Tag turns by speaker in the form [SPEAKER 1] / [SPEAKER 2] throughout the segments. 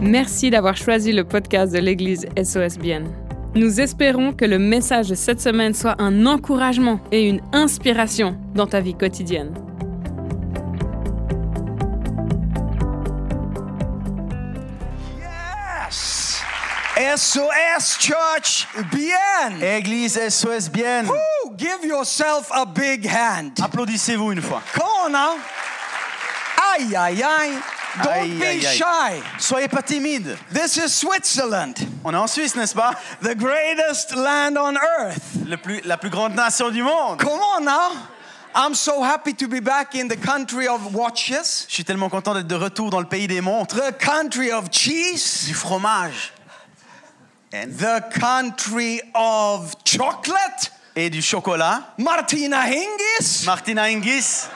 [SPEAKER 1] Merci d'avoir choisi le podcast de l'Église SOSBN. Nous espérons que le message de cette semaine soit un encouragement et une inspiration dans ta vie quotidienne.
[SPEAKER 2] Yes!
[SPEAKER 3] SOS Church
[SPEAKER 2] Bien!
[SPEAKER 3] Église SOS Bienne
[SPEAKER 2] Woo! Give yourself a big hand.
[SPEAKER 3] Applaudissez-vous une fois.
[SPEAKER 2] Come on now. Aïe, aïe, aïe. Don't
[SPEAKER 3] Aïe,
[SPEAKER 2] be
[SPEAKER 3] aïe, aïe.
[SPEAKER 2] shy.
[SPEAKER 3] Soyez pas timide.
[SPEAKER 2] This is Switzerland,
[SPEAKER 3] On est en Suisse, n'est-ce pas
[SPEAKER 2] the greatest land on earth.
[SPEAKER 3] Le plus- La plus grande nation du monde.
[SPEAKER 2] Come on now. I'm so happy to be back in the country of watches,
[SPEAKER 3] Je suis tellement content d'être de retour dans le pays des montres.
[SPEAKER 2] the country of cheese,
[SPEAKER 3] Du fromage.
[SPEAKER 2] the country of chocolate.
[SPEAKER 3] Et du chocolat.
[SPEAKER 2] Martina Hingis,
[SPEAKER 3] Martina Hingis.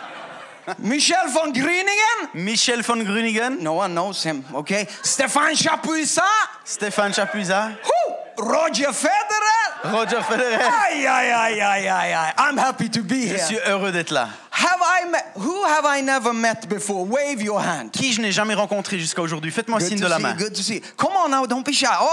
[SPEAKER 2] Michel von Grüningen.
[SPEAKER 3] Michel von Grüningen.
[SPEAKER 2] No one knows him, okay? Stéphane Chapuisat.
[SPEAKER 3] Stéphane Chapuisat.
[SPEAKER 2] Who? Roger Federer?
[SPEAKER 3] Roger Federer.
[SPEAKER 2] Aïe, aïe, aïe, aïe, aïe, aïe. I'm happy to be
[SPEAKER 3] Je suis
[SPEAKER 2] here.
[SPEAKER 3] heureux d'être là.
[SPEAKER 2] Have I met, who have I never met before? Wave your hand.
[SPEAKER 3] Qui je n'ai jamais rencontré jusqu'à aujourd'hui Faites-moi
[SPEAKER 2] Good
[SPEAKER 3] signe de
[SPEAKER 2] to
[SPEAKER 3] la
[SPEAKER 2] see,
[SPEAKER 3] main.
[SPEAKER 2] good to see. Come on now, don't be shy. Oh,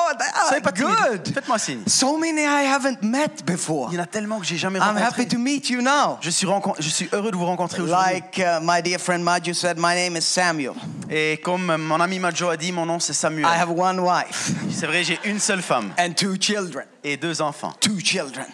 [SPEAKER 3] Soyez
[SPEAKER 2] that,
[SPEAKER 3] pas timide.
[SPEAKER 2] good.
[SPEAKER 3] Faites-moi signe.
[SPEAKER 2] So many I haven't met before.
[SPEAKER 3] Il y en a tellement que j'ai jamais
[SPEAKER 2] I'm happy
[SPEAKER 3] rencontré.
[SPEAKER 2] to meet you now.
[SPEAKER 3] Je suis, rencon- je suis heureux de vous rencontrer aujourd'hui.
[SPEAKER 2] Like uh, my dear friend Maju said, my name is Samuel.
[SPEAKER 3] Et comme euh, mon ami Majo a dit, mon nom c'est Samuel.
[SPEAKER 2] I have one wife
[SPEAKER 3] C'est vrai, j'ai une seule femme
[SPEAKER 2] and two children.
[SPEAKER 3] et deux enfants.
[SPEAKER 2] Two children.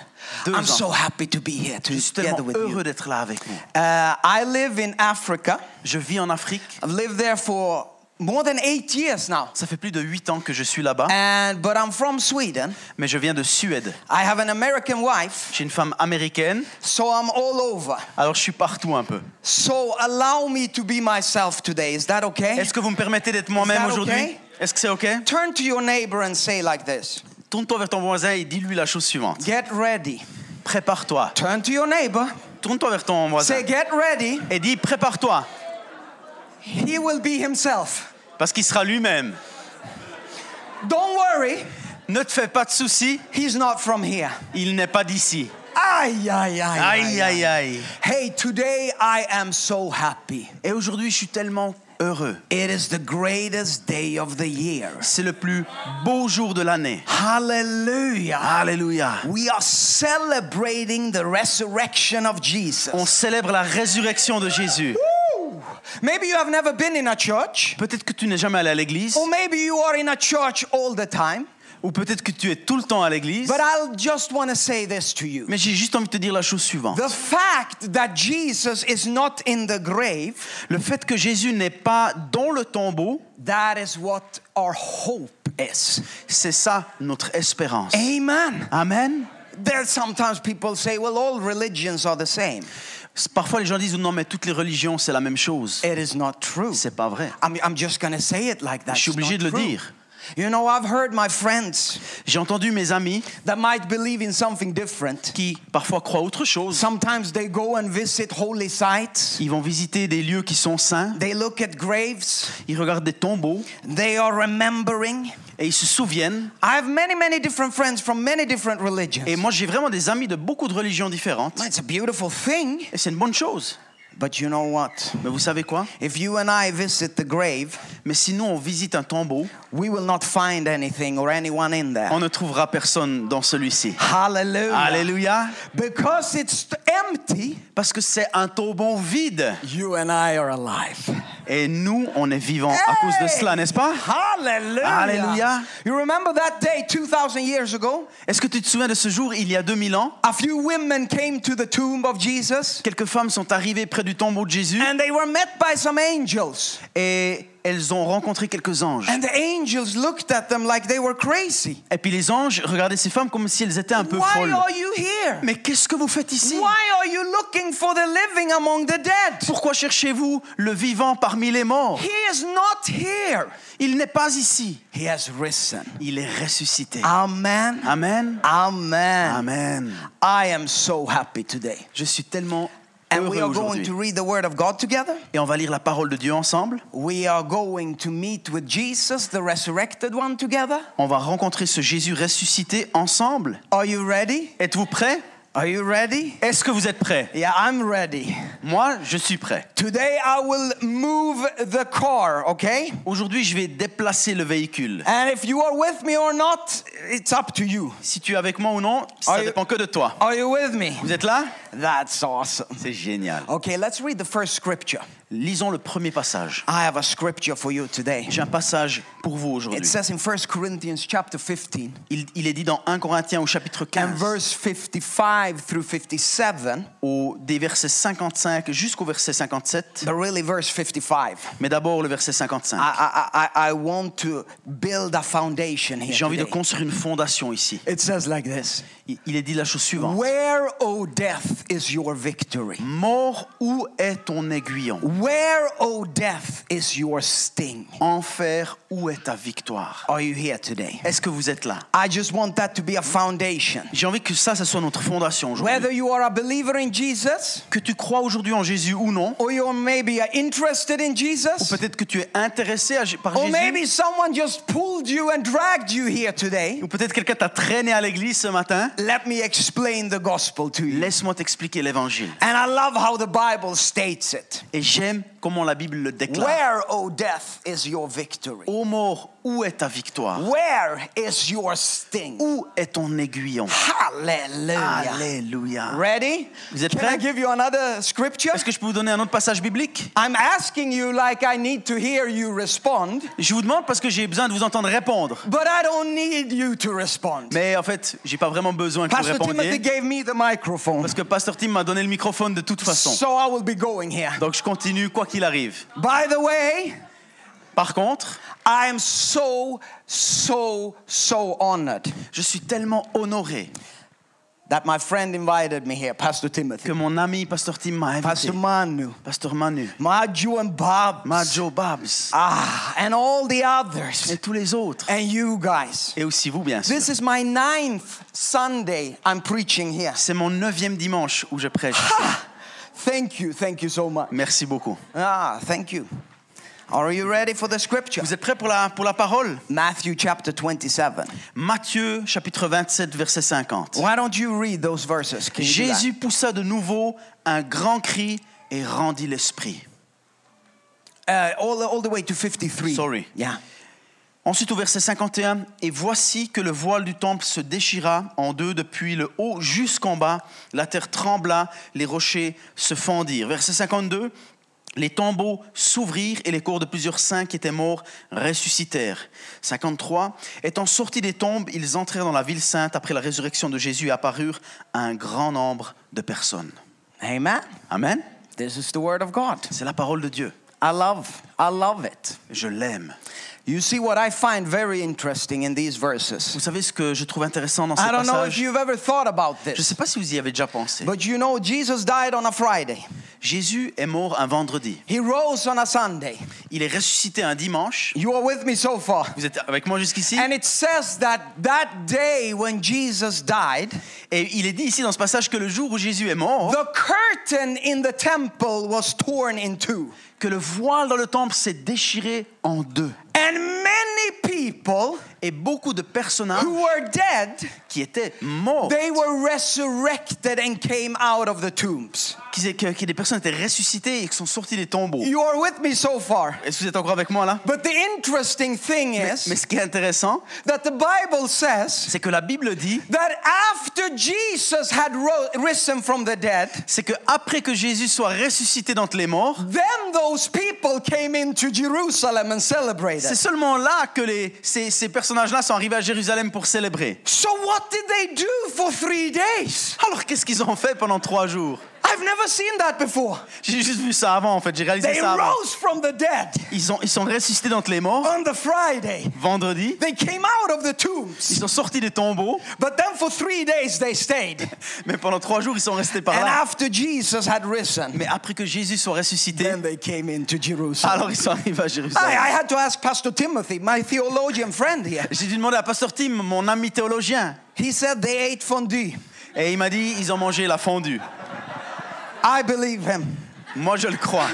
[SPEAKER 3] Deux
[SPEAKER 2] I'm so
[SPEAKER 3] enfants.
[SPEAKER 2] happy to be here
[SPEAKER 3] Je suis
[SPEAKER 2] together
[SPEAKER 3] tellement
[SPEAKER 2] with you.
[SPEAKER 3] heureux d'être là avec vous.
[SPEAKER 2] Uh, I live in Africa.
[SPEAKER 3] Je vis en Afrique.
[SPEAKER 2] I've lived there for more than eight years now.
[SPEAKER 3] Ça fait plus de huit ans que je suis là-bas,
[SPEAKER 2] And but I'm from Sweden.
[SPEAKER 3] mais je viens de Suède.
[SPEAKER 2] I have an American wife,
[SPEAKER 3] J'ai une femme américaine,
[SPEAKER 2] so I'm all over.
[SPEAKER 3] alors je suis partout un peu.
[SPEAKER 2] So allow me to be myself today. Is that okay?
[SPEAKER 3] Est-ce que vous me permettez d'être
[SPEAKER 2] Is
[SPEAKER 3] moi-même
[SPEAKER 2] that
[SPEAKER 3] aujourd'hui
[SPEAKER 2] okay?
[SPEAKER 3] Est-ce que c'est OK
[SPEAKER 2] Turn to your neighbor and say like this.
[SPEAKER 3] Tourne-toi vers ton voisin et dis-lui la chose suivante.
[SPEAKER 2] Get ready.
[SPEAKER 3] Prépare-toi.
[SPEAKER 2] Turn to your neighbor.
[SPEAKER 3] Tourne-toi vers ton voisin
[SPEAKER 2] Say get ready.
[SPEAKER 3] et dis prépare-toi
[SPEAKER 2] He will be himself.
[SPEAKER 3] parce qu'il sera lui-même.
[SPEAKER 2] Don't worry.
[SPEAKER 3] Ne te fais pas de soucis,
[SPEAKER 2] He's not from here.
[SPEAKER 3] il n'est pas d'ici.
[SPEAKER 2] Aïe aïe aïe.
[SPEAKER 3] Aïe aïe aïe.
[SPEAKER 2] Hey, today I am so happy.
[SPEAKER 3] Et aujourd'hui, je suis tellement heureux.
[SPEAKER 2] It is the greatest day of the year.
[SPEAKER 3] C'est le plus beau jour de l'année.
[SPEAKER 2] Hallelujah.
[SPEAKER 3] Alléluia.
[SPEAKER 2] We are celebrating the resurrection of
[SPEAKER 3] On
[SPEAKER 2] Jesus.
[SPEAKER 3] célèbre la résurrection de Jésus.
[SPEAKER 2] Maybe you have never been in a church,
[SPEAKER 3] Peut-être que tu n'es jamais allé à l'église,
[SPEAKER 2] or maybe you are in a church all the time.
[SPEAKER 3] ou peut-être que tu es tout le temps à l'église.
[SPEAKER 2] But I just want to say this to you.
[SPEAKER 3] Mais j'ai juste envie de te dire la chose suivante.
[SPEAKER 2] The fact that Jesus is not in the grave,
[SPEAKER 3] Le fait que Jésus n'est pas dans le tombeau,
[SPEAKER 2] that is what our hope is.
[SPEAKER 3] c'est ça notre espérance.
[SPEAKER 2] Amen.
[SPEAKER 3] Amen.
[SPEAKER 2] There sometimes people say, well, all religions are the same.
[SPEAKER 3] Parfois les gens disent non mais toutes les religions c'est la même chose.
[SPEAKER 2] It is not true.
[SPEAKER 3] C'est pas vrai.
[SPEAKER 2] I'm, I'm just going to say it like that.
[SPEAKER 3] Je suis
[SPEAKER 2] It's
[SPEAKER 3] obligé
[SPEAKER 2] not
[SPEAKER 3] de le
[SPEAKER 2] true.
[SPEAKER 3] dire.
[SPEAKER 2] You know, I've heard my friends
[SPEAKER 3] J'ai entendu mes amis
[SPEAKER 2] that might believe in something different.
[SPEAKER 3] qui parfois croient autre chose.
[SPEAKER 2] Sometimes they go and visit holy sites.
[SPEAKER 3] Ils vont visiter des lieux qui sont saints,
[SPEAKER 2] They look at graves.
[SPEAKER 3] ils regardent des tombeaux
[SPEAKER 2] They are remembering.
[SPEAKER 3] et ils se souviennent.
[SPEAKER 2] I have many, many different friends from many different religions.
[SPEAKER 3] Et moi j'ai vraiment des amis de beaucoup de religions différentes.
[SPEAKER 2] It's a beautiful thing.
[SPEAKER 3] Et c'est une bonne chose.
[SPEAKER 2] But you know what?
[SPEAKER 3] Mais vous savez quoi
[SPEAKER 2] If you and I visit the grave,
[SPEAKER 3] Mais sinon, on visite un tombeau,
[SPEAKER 2] we will not find anything or anyone in
[SPEAKER 3] on
[SPEAKER 2] there.
[SPEAKER 3] ne trouvera personne dans celui-ci.
[SPEAKER 2] Hallelujah.
[SPEAKER 3] Alléluia
[SPEAKER 2] Because it's empty,
[SPEAKER 3] Parce que c'est un tombeau vide.
[SPEAKER 2] you and I are alive.
[SPEAKER 3] Et nous, on est vivants à cause de cela, n'est-ce pas
[SPEAKER 2] Hallelujah.
[SPEAKER 3] Hallelujah.
[SPEAKER 2] You remember that day 2,000 years ago?
[SPEAKER 3] Est-ce que tu te souviens de ce jour, il y a 2000 ans
[SPEAKER 2] A few women came to the tomb of Jesus
[SPEAKER 3] Quelques femmes sont arrivées près du tombeau de Jésus
[SPEAKER 2] and they were met by some angels.
[SPEAKER 3] et elles ont rencontré quelques anges.
[SPEAKER 2] And the angels looked at them like they were crazy.
[SPEAKER 3] Et puis les anges regardaient ces femmes comme si elles étaient un peu
[SPEAKER 2] Why
[SPEAKER 3] folles.
[SPEAKER 2] are you here?
[SPEAKER 3] Mais qu'est-ce que vous faites ici
[SPEAKER 2] Why are you looking for the living among the dead?
[SPEAKER 3] Pourquoi cherchez-vous le vivant parmi les morts
[SPEAKER 2] He is not here.
[SPEAKER 3] Il n'est pas ici.
[SPEAKER 2] He has risen. Ah.
[SPEAKER 3] Il est ressuscité.
[SPEAKER 2] Amen.
[SPEAKER 3] Amen.
[SPEAKER 2] Amen.
[SPEAKER 3] Amen.
[SPEAKER 2] I am so happy today.
[SPEAKER 3] Je suis tellement
[SPEAKER 2] And we
[SPEAKER 3] heureux
[SPEAKER 2] are going to
[SPEAKER 3] aujourd'hui.
[SPEAKER 2] read the word of God together.
[SPEAKER 3] Et on va lire la parole de Dieu ensemble.
[SPEAKER 2] We are going to meet with Jesus, the resurrected one, together.
[SPEAKER 3] On va rencontrer ce Jésus ressuscité ensemble.
[SPEAKER 2] Are you ready?
[SPEAKER 3] Êtes-vous prêts
[SPEAKER 2] Are you ready?
[SPEAKER 3] Est-ce que vous êtes prêts
[SPEAKER 2] Yeah, I'm ready.
[SPEAKER 3] Moi, je suis prêt.
[SPEAKER 2] Today I will move the car, okay?
[SPEAKER 3] Aujourd'hui, je vais déplacer le véhicule.
[SPEAKER 2] And if you are with me or not, it's up to you.
[SPEAKER 3] Si tu es avec moi ou non, ça
[SPEAKER 2] Ah,
[SPEAKER 3] dépend que de toi.
[SPEAKER 2] Are you with me?
[SPEAKER 3] Vous êtes là
[SPEAKER 2] That's awesome.
[SPEAKER 3] C'est génial.
[SPEAKER 2] Okay, let's read the first scripture.
[SPEAKER 3] Lisons le premier passage.
[SPEAKER 2] I have a scripture for you today.
[SPEAKER 3] J'ai un passage pour vous
[SPEAKER 2] It
[SPEAKER 3] aujourd'hui.
[SPEAKER 2] says in 1 Corinthians chapter 15
[SPEAKER 3] Il, il est dit dans 1 Corinthiens au chapitre
[SPEAKER 2] and
[SPEAKER 3] 15,
[SPEAKER 2] verse 55 through 57,
[SPEAKER 3] au, des versets 55 jusqu'au verset 57,
[SPEAKER 2] but really verse 55.
[SPEAKER 3] mais d'abord le verset
[SPEAKER 2] Ah, I,
[SPEAKER 3] 55.
[SPEAKER 2] I, I, I want to build a foundation here.
[SPEAKER 3] J'ai envie de
[SPEAKER 2] today.
[SPEAKER 3] construire une fondation ici.
[SPEAKER 2] It says like this
[SPEAKER 3] Il, il est dit la chose suivante.
[SPEAKER 2] Where, O death, is your victory?
[SPEAKER 3] Mort, où est ton aiguillon
[SPEAKER 2] Where, O death, is your sting?
[SPEAKER 3] Enfer, où est ta victoire
[SPEAKER 2] Are you here today?
[SPEAKER 3] Est-ce que vous êtes là
[SPEAKER 2] I just want that to be a foundation.
[SPEAKER 3] J'ai envie que ça, ça soit notre fondation aujourd'hui.
[SPEAKER 2] Whether you are a believer in Jesus,
[SPEAKER 3] Que tu crois aujourd'hui en Jésus ou non,
[SPEAKER 2] or you're maybe interested in
[SPEAKER 3] ou
[SPEAKER 2] Jesus,
[SPEAKER 3] peut-être que tu es intéressé à- par
[SPEAKER 2] or
[SPEAKER 3] Jésus,
[SPEAKER 2] Oh, maybe someone just pulled you and dragged you here today,
[SPEAKER 3] ou peut-être quelqu'un t'a traîné à l'église ce matin,
[SPEAKER 2] let me explain the gospel to you.
[SPEAKER 3] laisse-moi t'expliquer l'évangile.
[SPEAKER 2] And I love how the Bible states it.
[SPEAKER 3] Et j'aime comment la Bible le déclare.
[SPEAKER 2] Where, O death, is your victory?
[SPEAKER 3] Ô mort, où est ta victoire
[SPEAKER 2] Where is your sting?
[SPEAKER 3] Où est ton aiguillon
[SPEAKER 2] Hallelujah.
[SPEAKER 3] Alléluia.
[SPEAKER 2] Ready?
[SPEAKER 3] Vous êtes
[SPEAKER 2] Can I
[SPEAKER 3] prêts?
[SPEAKER 2] give you another scripture?
[SPEAKER 3] Est-ce que je peux vous donner un autre passage biblique
[SPEAKER 2] I'm asking you like I need to hear you respond,
[SPEAKER 3] Je vous demande parce que j'ai besoin de vous entendre répondre.
[SPEAKER 2] but I don't need you to respond.
[SPEAKER 3] Mais en fait, j'ai pas vraiment besoin que vous
[SPEAKER 2] Pastor Timothy
[SPEAKER 3] répondiez.
[SPEAKER 2] gave me the microphone,
[SPEAKER 3] Parce que Pasteur Tim m'a donné le microphone de toute façon.
[SPEAKER 2] so I will be going here.
[SPEAKER 3] Donc je continue quoi qu'il arrive.
[SPEAKER 2] By the way,
[SPEAKER 3] Par contre,
[SPEAKER 2] I am so, so, so honored
[SPEAKER 3] je suis tellement honoré
[SPEAKER 2] that my friend invited me here, Pastor
[SPEAKER 3] que
[SPEAKER 2] Timothy,
[SPEAKER 3] mon ami Pasteur Tim m'a invité.
[SPEAKER 2] Pastor Manu,
[SPEAKER 3] Pasteur Manu,
[SPEAKER 2] Maju and Bob,
[SPEAKER 3] Majo Babs
[SPEAKER 2] ah, and all the others,
[SPEAKER 3] et tous les autres.
[SPEAKER 2] and you guys.
[SPEAKER 3] Et aussi vous, bien sûr.
[SPEAKER 2] This is my ninth Sunday I'm preaching here.
[SPEAKER 3] C'est mon neuvième dimanche où je prêche.
[SPEAKER 2] Thank you, thank you so much.
[SPEAKER 3] Merci beaucoup.
[SPEAKER 2] Ah, thank you. Are you ready for the scripture?
[SPEAKER 3] Vous êtes prêts pour la, pour la parole
[SPEAKER 2] Matthew chapter 27.
[SPEAKER 3] Matthieu chapitre 27 verset 50.
[SPEAKER 2] Why don't you read those verses? Can you do that?
[SPEAKER 3] Jésus poussa de nouveau un grand cri et rendit l'esprit.
[SPEAKER 2] Uh, all, all the way to 53.
[SPEAKER 3] Sorry.
[SPEAKER 2] Yeah.
[SPEAKER 3] Ensuite au verset 51, et voici que le voile du temple se déchira en deux depuis le haut jusqu'en bas, la terre trembla, les rochers se fendirent. Verset 52, les tombeaux s'ouvrirent et les corps de plusieurs saints qui étaient morts ressuscitèrent. 53, étant sortis des tombes, ils entrèrent dans la ville sainte après la résurrection de Jésus et apparurent à un grand nombre de personnes.
[SPEAKER 2] Amen.
[SPEAKER 3] Amen.
[SPEAKER 2] This is the word of God.
[SPEAKER 3] C'est la parole de Dieu.
[SPEAKER 2] I love, I love it.
[SPEAKER 3] Je l'aime.
[SPEAKER 2] You see what I find very interesting in these verses.
[SPEAKER 3] Vous savez ce que je trouve intéressant dans ce
[SPEAKER 2] I don't know if
[SPEAKER 3] passage
[SPEAKER 2] you've ever thought about
[SPEAKER 3] Je ne
[SPEAKER 2] this,
[SPEAKER 3] sais pas si vous y avez déjà pensé.
[SPEAKER 2] but you know Jesus died on a Friday.
[SPEAKER 3] Jésus est mort un vendredi.
[SPEAKER 2] He rose on a Sunday.
[SPEAKER 3] Il est ressuscité un dimanche.
[SPEAKER 2] You are with me so far.
[SPEAKER 3] Vous êtes avec moi jusqu'ici
[SPEAKER 2] And it says that that day when Jesus died,
[SPEAKER 3] Et il est dit ici dans ce passage que le jour où Jésus est mort,
[SPEAKER 2] the curtain in the temple was torn in two.
[SPEAKER 3] que le voile dans le temple s'est déchiré en deux.
[SPEAKER 2] And many people
[SPEAKER 3] Et beaucoup de personnages
[SPEAKER 2] who were dead,
[SPEAKER 3] qui étaient morts,
[SPEAKER 2] they were resurrected and came out of the tombs.
[SPEAKER 3] qui, que, que des personnes étaient ressuscitées et qui sont sorties des tombeaux.
[SPEAKER 2] You are with me so far.
[SPEAKER 3] Est-ce que vous êtes encore avec moi là
[SPEAKER 2] But the interesting thing is
[SPEAKER 3] Mais ce qui est intéressant,
[SPEAKER 2] that the Bible says
[SPEAKER 3] c'est que la Bible dit,
[SPEAKER 2] that after Jesus had ro- risen from the dead,
[SPEAKER 3] c'est que après que Jésus soit ressuscité d'entre les morts,
[SPEAKER 2] then those people came into Jerusalem and
[SPEAKER 3] c'est
[SPEAKER 2] celebrated.
[SPEAKER 3] seulement là que les- ces- ces personnages-là sont arrivés à Jérusalem pour célébrer.
[SPEAKER 2] So what did they do for three days?
[SPEAKER 3] Alors qu'est-ce qu'ils ont fait pendant trois jours
[SPEAKER 2] I've never seen that before.
[SPEAKER 3] J'ai juste vu ça avant, en fait. J'ai réalisé
[SPEAKER 2] They
[SPEAKER 3] ça avant.
[SPEAKER 2] rose from the dead
[SPEAKER 3] Ils, ont, ils sont ressuscités d'entre les morts
[SPEAKER 2] on the Friday.
[SPEAKER 3] vendredi.
[SPEAKER 2] They came out of the tombs.
[SPEAKER 3] Ils sont sortis des tombeaux,
[SPEAKER 2] But then for three days they stayed.
[SPEAKER 3] mais pendant trois jours, ils sont restés par
[SPEAKER 2] And
[SPEAKER 3] là.
[SPEAKER 2] after Jesus had risen,
[SPEAKER 3] Mais après que Jésus soit ressuscité,
[SPEAKER 2] then they came into Jerusalem.
[SPEAKER 3] alors ils sont arrivés à
[SPEAKER 2] I, I
[SPEAKER 3] Jérusalem.
[SPEAKER 2] had to ask Pastor Timothy, my theologian friend here.
[SPEAKER 3] J'ai dû demander à Pasteur Tim, mon ami théologien,
[SPEAKER 2] He said they ate fondue.
[SPEAKER 3] et il m'a dit ils ont mangé la fondue.
[SPEAKER 2] I believe him.
[SPEAKER 3] Moi, je le crois.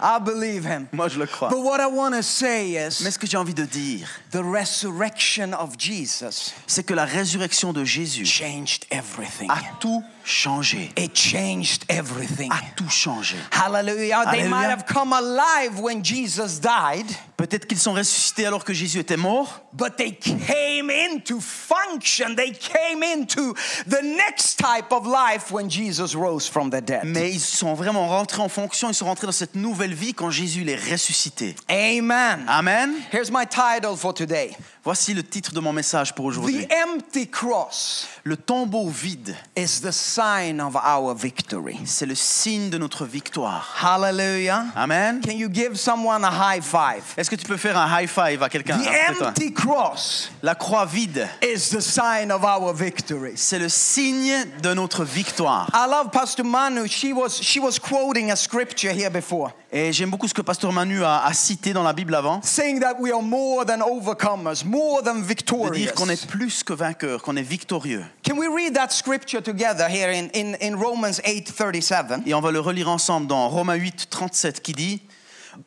[SPEAKER 2] I believe him.
[SPEAKER 3] Moi, je le crois.
[SPEAKER 2] But what I want to say
[SPEAKER 3] Mais
[SPEAKER 2] is
[SPEAKER 3] ce que j'ai envie de dire,
[SPEAKER 2] the resurrection of Jesus
[SPEAKER 3] c'est que la résurrection de Jésus
[SPEAKER 2] changed everything.
[SPEAKER 3] a tout changé,
[SPEAKER 2] It changed everything.
[SPEAKER 3] a tout changé.
[SPEAKER 2] Hallelujah. They
[SPEAKER 3] Ah. Hallelujah.
[SPEAKER 2] might have come alive when Jesus died,
[SPEAKER 3] Peut-être qu'ils sont ressuscités alors que Jésus était mort,
[SPEAKER 2] but they came into function. They came into the next type of life when Jesus rose from the dead.
[SPEAKER 3] mais ils sont vraiment rentrés en fonction, ils sont rentrés dans cette nouvelle vie quand Jésus les ressuscitait.
[SPEAKER 2] Amen.
[SPEAKER 3] Amen.
[SPEAKER 2] Here's my title for today
[SPEAKER 3] Voici le titre de mon message pour aujourd'hui.
[SPEAKER 2] The empty cross
[SPEAKER 3] Le tombeau vide,
[SPEAKER 2] is the sign of our victory.
[SPEAKER 3] c'est le signe de notre victoire.
[SPEAKER 2] Hallelujah.
[SPEAKER 3] Amen.
[SPEAKER 2] Can you give someone a high five?
[SPEAKER 3] Est-ce que tu peux faire un high five à quelqu'un
[SPEAKER 2] The
[SPEAKER 3] après toi
[SPEAKER 2] empty cross
[SPEAKER 3] La croix vide,
[SPEAKER 2] is the sign of our victory.
[SPEAKER 3] c'est le signe de notre victoire.
[SPEAKER 2] I love Pastor Manu. She was she was quoting a scripture here before,
[SPEAKER 3] Et j'aime beaucoup ce que Pasteur Manu a, a cité dans la Bible avant,
[SPEAKER 2] saying that we are more than overcomers, more than
[SPEAKER 3] de dire qu'on
[SPEAKER 2] victorious.
[SPEAKER 3] est plus que vainqueur, qu'on est victorieux.
[SPEAKER 2] Can we read that scripture together here in, in, in Romans 8:37?
[SPEAKER 3] Et on va le relire ensemble dans Romains 8, 37 qui dit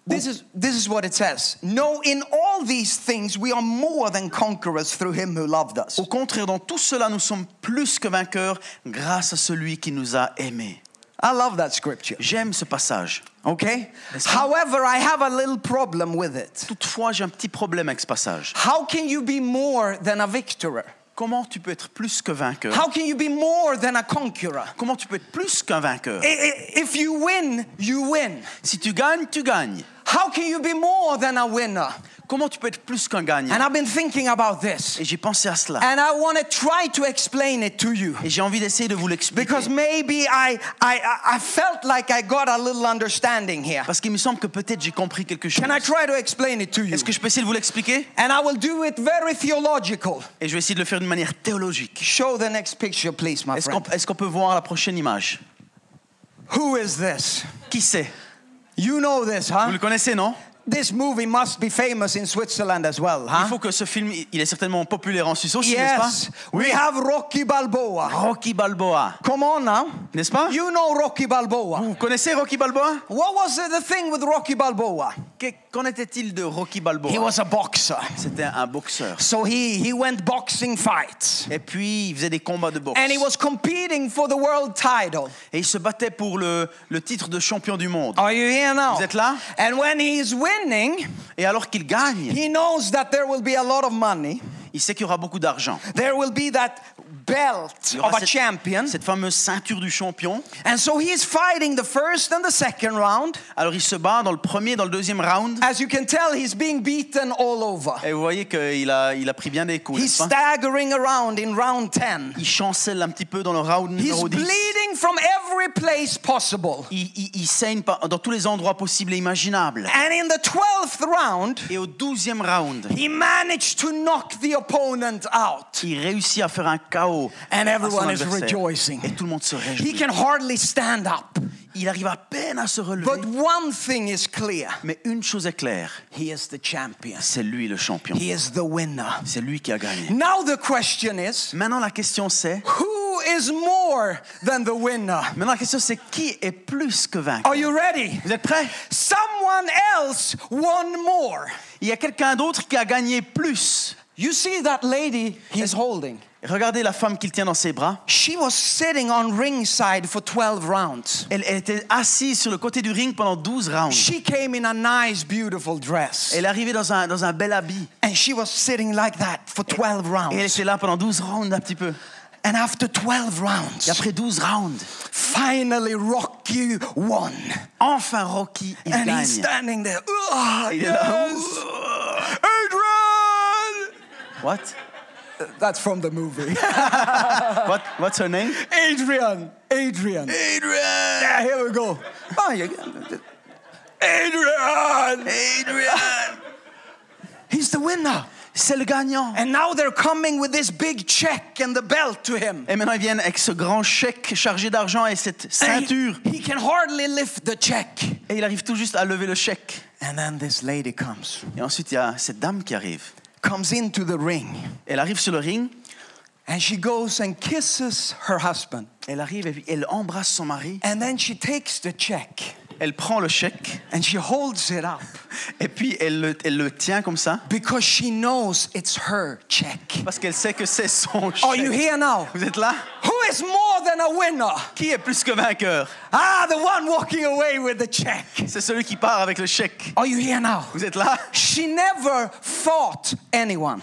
[SPEAKER 2] This is this is what it says. No, in all these things we are more than conquerors through him who loved us.
[SPEAKER 3] Au contraire, dans tout cela, nous sommes plus que vainqueurs grâce à celui qui nous a aimés.
[SPEAKER 2] I love that scripture.
[SPEAKER 3] J'aime ce passage.
[SPEAKER 2] Okay?
[SPEAKER 3] Let's go.
[SPEAKER 2] However, I have a little problem with it.
[SPEAKER 3] Toutefois, j'ai un petit problème avec ce passage.
[SPEAKER 2] How can you be more than a victor?
[SPEAKER 3] Comment tu peux être plus que vainqueur
[SPEAKER 2] How can you be more than a conqueror?
[SPEAKER 3] Comment tu peux être plus qu'un vainqueur
[SPEAKER 2] I- i- If you win, you win.
[SPEAKER 3] Si tu gagnes, tu gagnes.
[SPEAKER 2] How can you be more than a winner?
[SPEAKER 3] Comment tu peux être plus qu'un gagnant
[SPEAKER 2] And I've been thinking about this.
[SPEAKER 3] Et j'ai pensé à cela.
[SPEAKER 2] And I want to try to explain it to you.
[SPEAKER 3] Et j'ai envie d'essayer de vous l'expliquer.
[SPEAKER 2] Because maybe I, I, I- I felt like I got a little understanding here.
[SPEAKER 3] Parce qu'il me semble que peut-être j'ai compris quelque chose.
[SPEAKER 2] Can I try to explain it to you?
[SPEAKER 3] Est-ce que je peux essayer de vous l'expliquer
[SPEAKER 2] And I will do it very theological.
[SPEAKER 3] Et je vais essayer de le faire d'une manière théologique.
[SPEAKER 2] Show the next picture, please, my
[SPEAKER 3] Est-ce qu'on
[SPEAKER 2] friend.
[SPEAKER 3] est-ce qu'on peut voir la prochaine image
[SPEAKER 2] Who is this?
[SPEAKER 3] Qui c'est
[SPEAKER 2] You know this,
[SPEAKER 3] Vous
[SPEAKER 2] huh?
[SPEAKER 3] le connaissez, non
[SPEAKER 2] This movie must be famous in Switzerland as well,
[SPEAKER 3] Il
[SPEAKER 2] huh?
[SPEAKER 3] faut que ce film, il est certainement populaire en Suisse aussi,
[SPEAKER 2] Hein Yes,
[SPEAKER 3] n'est-ce pas
[SPEAKER 2] we have Rocky Balboa.
[SPEAKER 3] Rocky Balboa,
[SPEAKER 2] Come on now.
[SPEAKER 3] n'est-ce pas
[SPEAKER 2] You know Rocky Balboa.
[SPEAKER 3] Vous connaissez Rocky Balboa
[SPEAKER 2] What was the thing with Rocky Balboa?
[SPEAKER 3] Que- Qu'en était-il de Rocky Balboa
[SPEAKER 2] He was a boxer.
[SPEAKER 3] C'était un boxeur.
[SPEAKER 2] So he, he went boxing fights.
[SPEAKER 3] Et puis, il faisait des combats de boxe.
[SPEAKER 2] And he was competing for the world title.
[SPEAKER 3] Et il se battait pour le, le titre de champion du monde.
[SPEAKER 2] Are you here now?
[SPEAKER 3] Vous êtes là?
[SPEAKER 2] And when he's winning,
[SPEAKER 3] Et alors qu'il gagne,
[SPEAKER 2] he knows that there will be a lot of money.
[SPEAKER 3] il sait qu'il y aura beaucoup d'argent.
[SPEAKER 2] There will be that belt
[SPEAKER 3] Il y aura
[SPEAKER 2] of a
[SPEAKER 3] cette-
[SPEAKER 2] champion.
[SPEAKER 3] Cette fameuse ceinture du champion.
[SPEAKER 2] And so he is fighting the first and the second round.
[SPEAKER 3] Alors il se bat dans le premier, dans le deuxième round.
[SPEAKER 2] As you can tell, he's being beaten all over.
[SPEAKER 3] Et vous voyez qu'il a, il a pris bien des coups.
[SPEAKER 2] He's
[SPEAKER 3] n'est-ce pas
[SPEAKER 2] staggering around in round 10.
[SPEAKER 3] Il chancelle un petit peu dans le round
[SPEAKER 2] He's
[SPEAKER 3] numéro 10.
[SPEAKER 2] bleeding from every place possible.
[SPEAKER 3] Il, il- il saigne par- dans tous les endroits possibles et imaginables.
[SPEAKER 2] And in the 12th round,
[SPEAKER 3] Et au douzième round,
[SPEAKER 2] he managed to knock the opponent out.
[SPEAKER 3] il réussit à faire un chaos.
[SPEAKER 2] And
[SPEAKER 3] à son
[SPEAKER 2] everyone is
[SPEAKER 3] adversaire.
[SPEAKER 2] rejoicing.
[SPEAKER 3] Et tout le monde se
[SPEAKER 2] He
[SPEAKER 3] réjouit.
[SPEAKER 2] can hardly stand up.
[SPEAKER 3] Il arrive à peine à se relever.
[SPEAKER 2] But one thing is clear
[SPEAKER 3] Mais une chose est claire,
[SPEAKER 2] he is the champion,
[SPEAKER 3] c'est lui le champion.
[SPEAKER 2] he is the winner.
[SPEAKER 3] C'est lui qui a gagné.
[SPEAKER 2] Now the question is
[SPEAKER 3] Maintenant la question c'est,
[SPEAKER 2] who is more than the winner?
[SPEAKER 3] maintenant la question c'est qui est plus que vainqueur
[SPEAKER 2] Are you ready?
[SPEAKER 3] Vous êtes prêts
[SPEAKER 2] Someone else won more.
[SPEAKER 3] Il y a quelqu'un d'autre qui a gagné plus.
[SPEAKER 2] You see that lady he's holding?
[SPEAKER 3] Regardez la femme qu'il tient dans ses bras.
[SPEAKER 2] She was sitting on ringside for 12 rounds.
[SPEAKER 3] Elle, elle était assise sur le côté du ring pendant 12 rounds.
[SPEAKER 2] She came in a nice, beautiful dress.
[SPEAKER 3] Elle est arrivée dans un, dans un bel habit.
[SPEAKER 2] And she was sitting like that for 12
[SPEAKER 3] Et elle
[SPEAKER 2] rounds.
[SPEAKER 3] était là pendant 12 rounds un petit peu.
[SPEAKER 2] And after 12
[SPEAKER 3] Et
[SPEAKER 2] rounds,
[SPEAKER 3] après 12 rounds,
[SPEAKER 2] finally Rocky won.
[SPEAKER 3] enfin Rocky, il
[SPEAKER 2] And he's
[SPEAKER 3] gagne.
[SPEAKER 2] standing there. "Ugh,
[SPEAKER 3] Il est là.
[SPEAKER 2] yes. Adrian!
[SPEAKER 3] What?
[SPEAKER 2] That's from the movie.
[SPEAKER 3] What? What's her name?
[SPEAKER 2] Adrian! Adrian!
[SPEAKER 3] Adrian!
[SPEAKER 2] Yeah, here we go. Oh, you- Adrian!
[SPEAKER 3] Adrian!
[SPEAKER 2] He's the winner.
[SPEAKER 3] C'est le gagnant.
[SPEAKER 2] And now they're coming with this big check and the belt to him.
[SPEAKER 3] Et maintenant, ils viennent avec ce grand chèque chargé d'argent et cette
[SPEAKER 2] And
[SPEAKER 3] ceinture.
[SPEAKER 2] He, he can hardly lift the check.
[SPEAKER 3] Et il arrive tout juste à lever le chèque.
[SPEAKER 2] And then this lady comes,
[SPEAKER 3] Et ensuite, il y a cette dame qui arrive.
[SPEAKER 2] comes into the ring,
[SPEAKER 3] Elle arrive sur le ring,
[SPEAKER 2] and she goes and kisses her husband.
[SPEAKER 3] elle arrive et puis elle embrasse son mari.
[SPEAKER 2] And then she takes the check
[SPEAKER 3] Elle prend le chèque
[SPEAKER 2] and she holds it up
[SPEAKER 3] et puis elle le, elle le tient comme ça
[SPEAKER 2] because she knows it's her check.
[SPEAKER 3] parce qu'elle sait que c'est son
[SPEAKER 2] Are you
[SPEAKER 3] chèque.
[SPEAKER 2] here now?
[SPEAKER 3] Vous êtes là
[SPEAKER 2] Who is more than a winner?
[SPEAKER 3] Qui est plus que vainqueur
[SPEAKER 2] Ah, the one walking away with the check.
[SPEAKER 3] C'est celui qui part avec le chèque.
[SPEAKER 2] Are you here now?
[SPEAKER 3] Vous êtes là
[SPEAKER 2] She never fought anyone.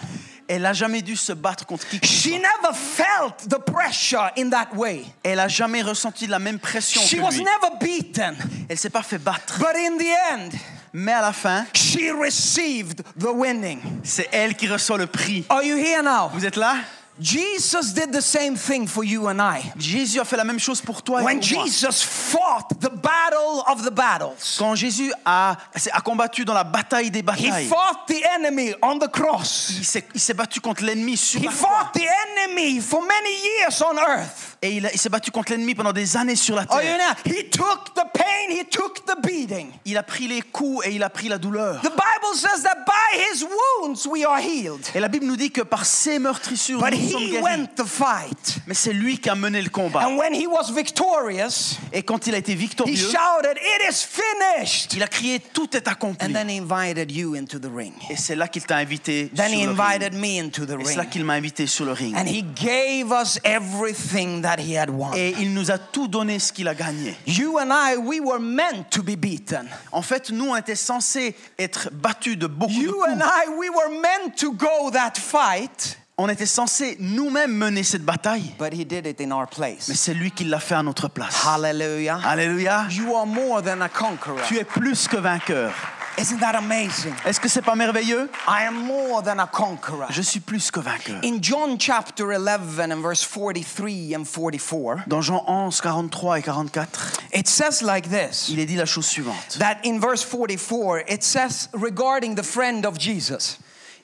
[SPEAKER 3] Elle n'a jamais dû se battre contre qui que ce soit.
[SPEAKER 2] She never felt the pressure in that way.
[SPEAKER 3] Elle n'a jamais ressenti la même pression
[SPEAKER 2] She
[SPEAKER 3] que
[SPEAKER 2] was
[SPEAKER 3] lui.
[SPEAKER 2] never beaten.
[SPEAKER 3] Elle s'est pas fait battre.
[SPEAKER 2] But in the end,
[SPEAKER 3] Mais à la fin,
[SPEAKER 2] she received the winning.
[SPEAKER 3] c'est elle qui reçoit le prix.
[SPEAKER 2] Are you here now?
[SPEAKER 3] Vous êtes là
[SPEAKER 2] Jesus did the same thing for you and I.
[SPEAKER 3] Jésus a fait la même chose pour toi et
[SPEAKER 2] When
[SPEAKER 3] pour moi.
[SPEAKER 2] Jesus fought the battle of the battles,
[SPEAKER 3] Quand Jésus a, s'est- a combattu dans la bataille des
[SPEAKER 2] he
[SPEAKER 3] batailles,
[SPEAKER 2] fought the enemy on the cross.
[SPEAKER 3] il s'est, il s'est battu contre l'ennemi sur
[SPEAKER 2] He
[SPEAKER 3] la croix.
[SPEAKER 2] fought the enemy for many years on earth.
[SPEAKER 3] Et il, a- il s'est battu contre l'ennemi pendant des années sur la
[SPEAKER 2] Are you
[SPEAKER 3] terre.
[SPEAKER 2] now? He took the pain, he took the beating.
[SPEAKER 3] Il a pris les coups et il a pris la douleur.
[SPEAKER 2] The Bible says that by his wounds we are healed.
[SPEAKER 3] Et la Bible nous dit que par ses meurtrissures,
[SPEAKER 2] But
[SPEAKER 3] nous sommes
[SPEAKER 2] he
[SPEAKER 3] guéris.
[SPEAKER 2] went the fight.
[SPEAKER 3] Mais c'est lui qui a mené le combat.
[SPEAKER 2] And when he was victorious,
[SPEAKER 3] Et quand il a été
[SPEAKER 2] he
[SPEAKER 3] victorieux,
[SPEAKER 2] shouted, It is finished.
[SPEAKER 3] il a crié Tout est accompli.
[SPEAKER 2] And then he invited you into the ring.
[SPEAKER 3] Et c'est là qu'il t'a invité sur
[SPEAKER 2] Then he
[SPEAKER 3] le
[SPEAKER 2] invited
[SPEAKER 3] ring.
[SPEAKER 2] me into the
[SPEAKER 3] Et c'est là
[SPEAKER 2] ring.
[SPEAKER 3] qu'il m'a invité sur le ring.
[SPEAKER 2] And he gave us everything that he had won.
[SPEAKER 3] Et il nous a tout donné ce qu'il a gagné.
[SPEAKER 2] You and I, we were meant to be beaten.
[SPEAKER 3] En fait, nous, on était censés être battus de beaucoup de
[SPEAKER 2] You
[SPEAKER 3] coups.
[SPEAKER 2] and I, we were meant to go that fight,
[SPEAKER 3] On était censés nous-mêmes mener cette bataille.
[SPEAKER 2] but he did it in our
[SPEAKER 3] Mais
[SPEAKER 2] place.
[SPEAKER 3] c'est lui qui l'a fait à notre place.
[SPEAKER 2] Hallelujah.
[SPEAKER 3] Alléluia.
[SPEAKER 2] You are more than a conqueror.
[SPEAKER 3] Tu es plus que vainqueur.
[SPEAKER 2] Isn't that amazing?
[SPEAKER 3] Est-ce que c'est pas merveilleux
[SPEAKER 2] I am more than a conqueror.
[SPEAKER 3] Je suis plus que vainqueur.
[SPEAKER 2] In John chapter 11 and verse 43 and 44,
[SPEAKER 3] Dans Jean 11, 43 et 44,
[SPEAKER 2] it says like this
[SPEAKER 3] il est dit la chose suivante.
[SPEAKER 2] that in verse 44, it says regarding the friend of Jesus,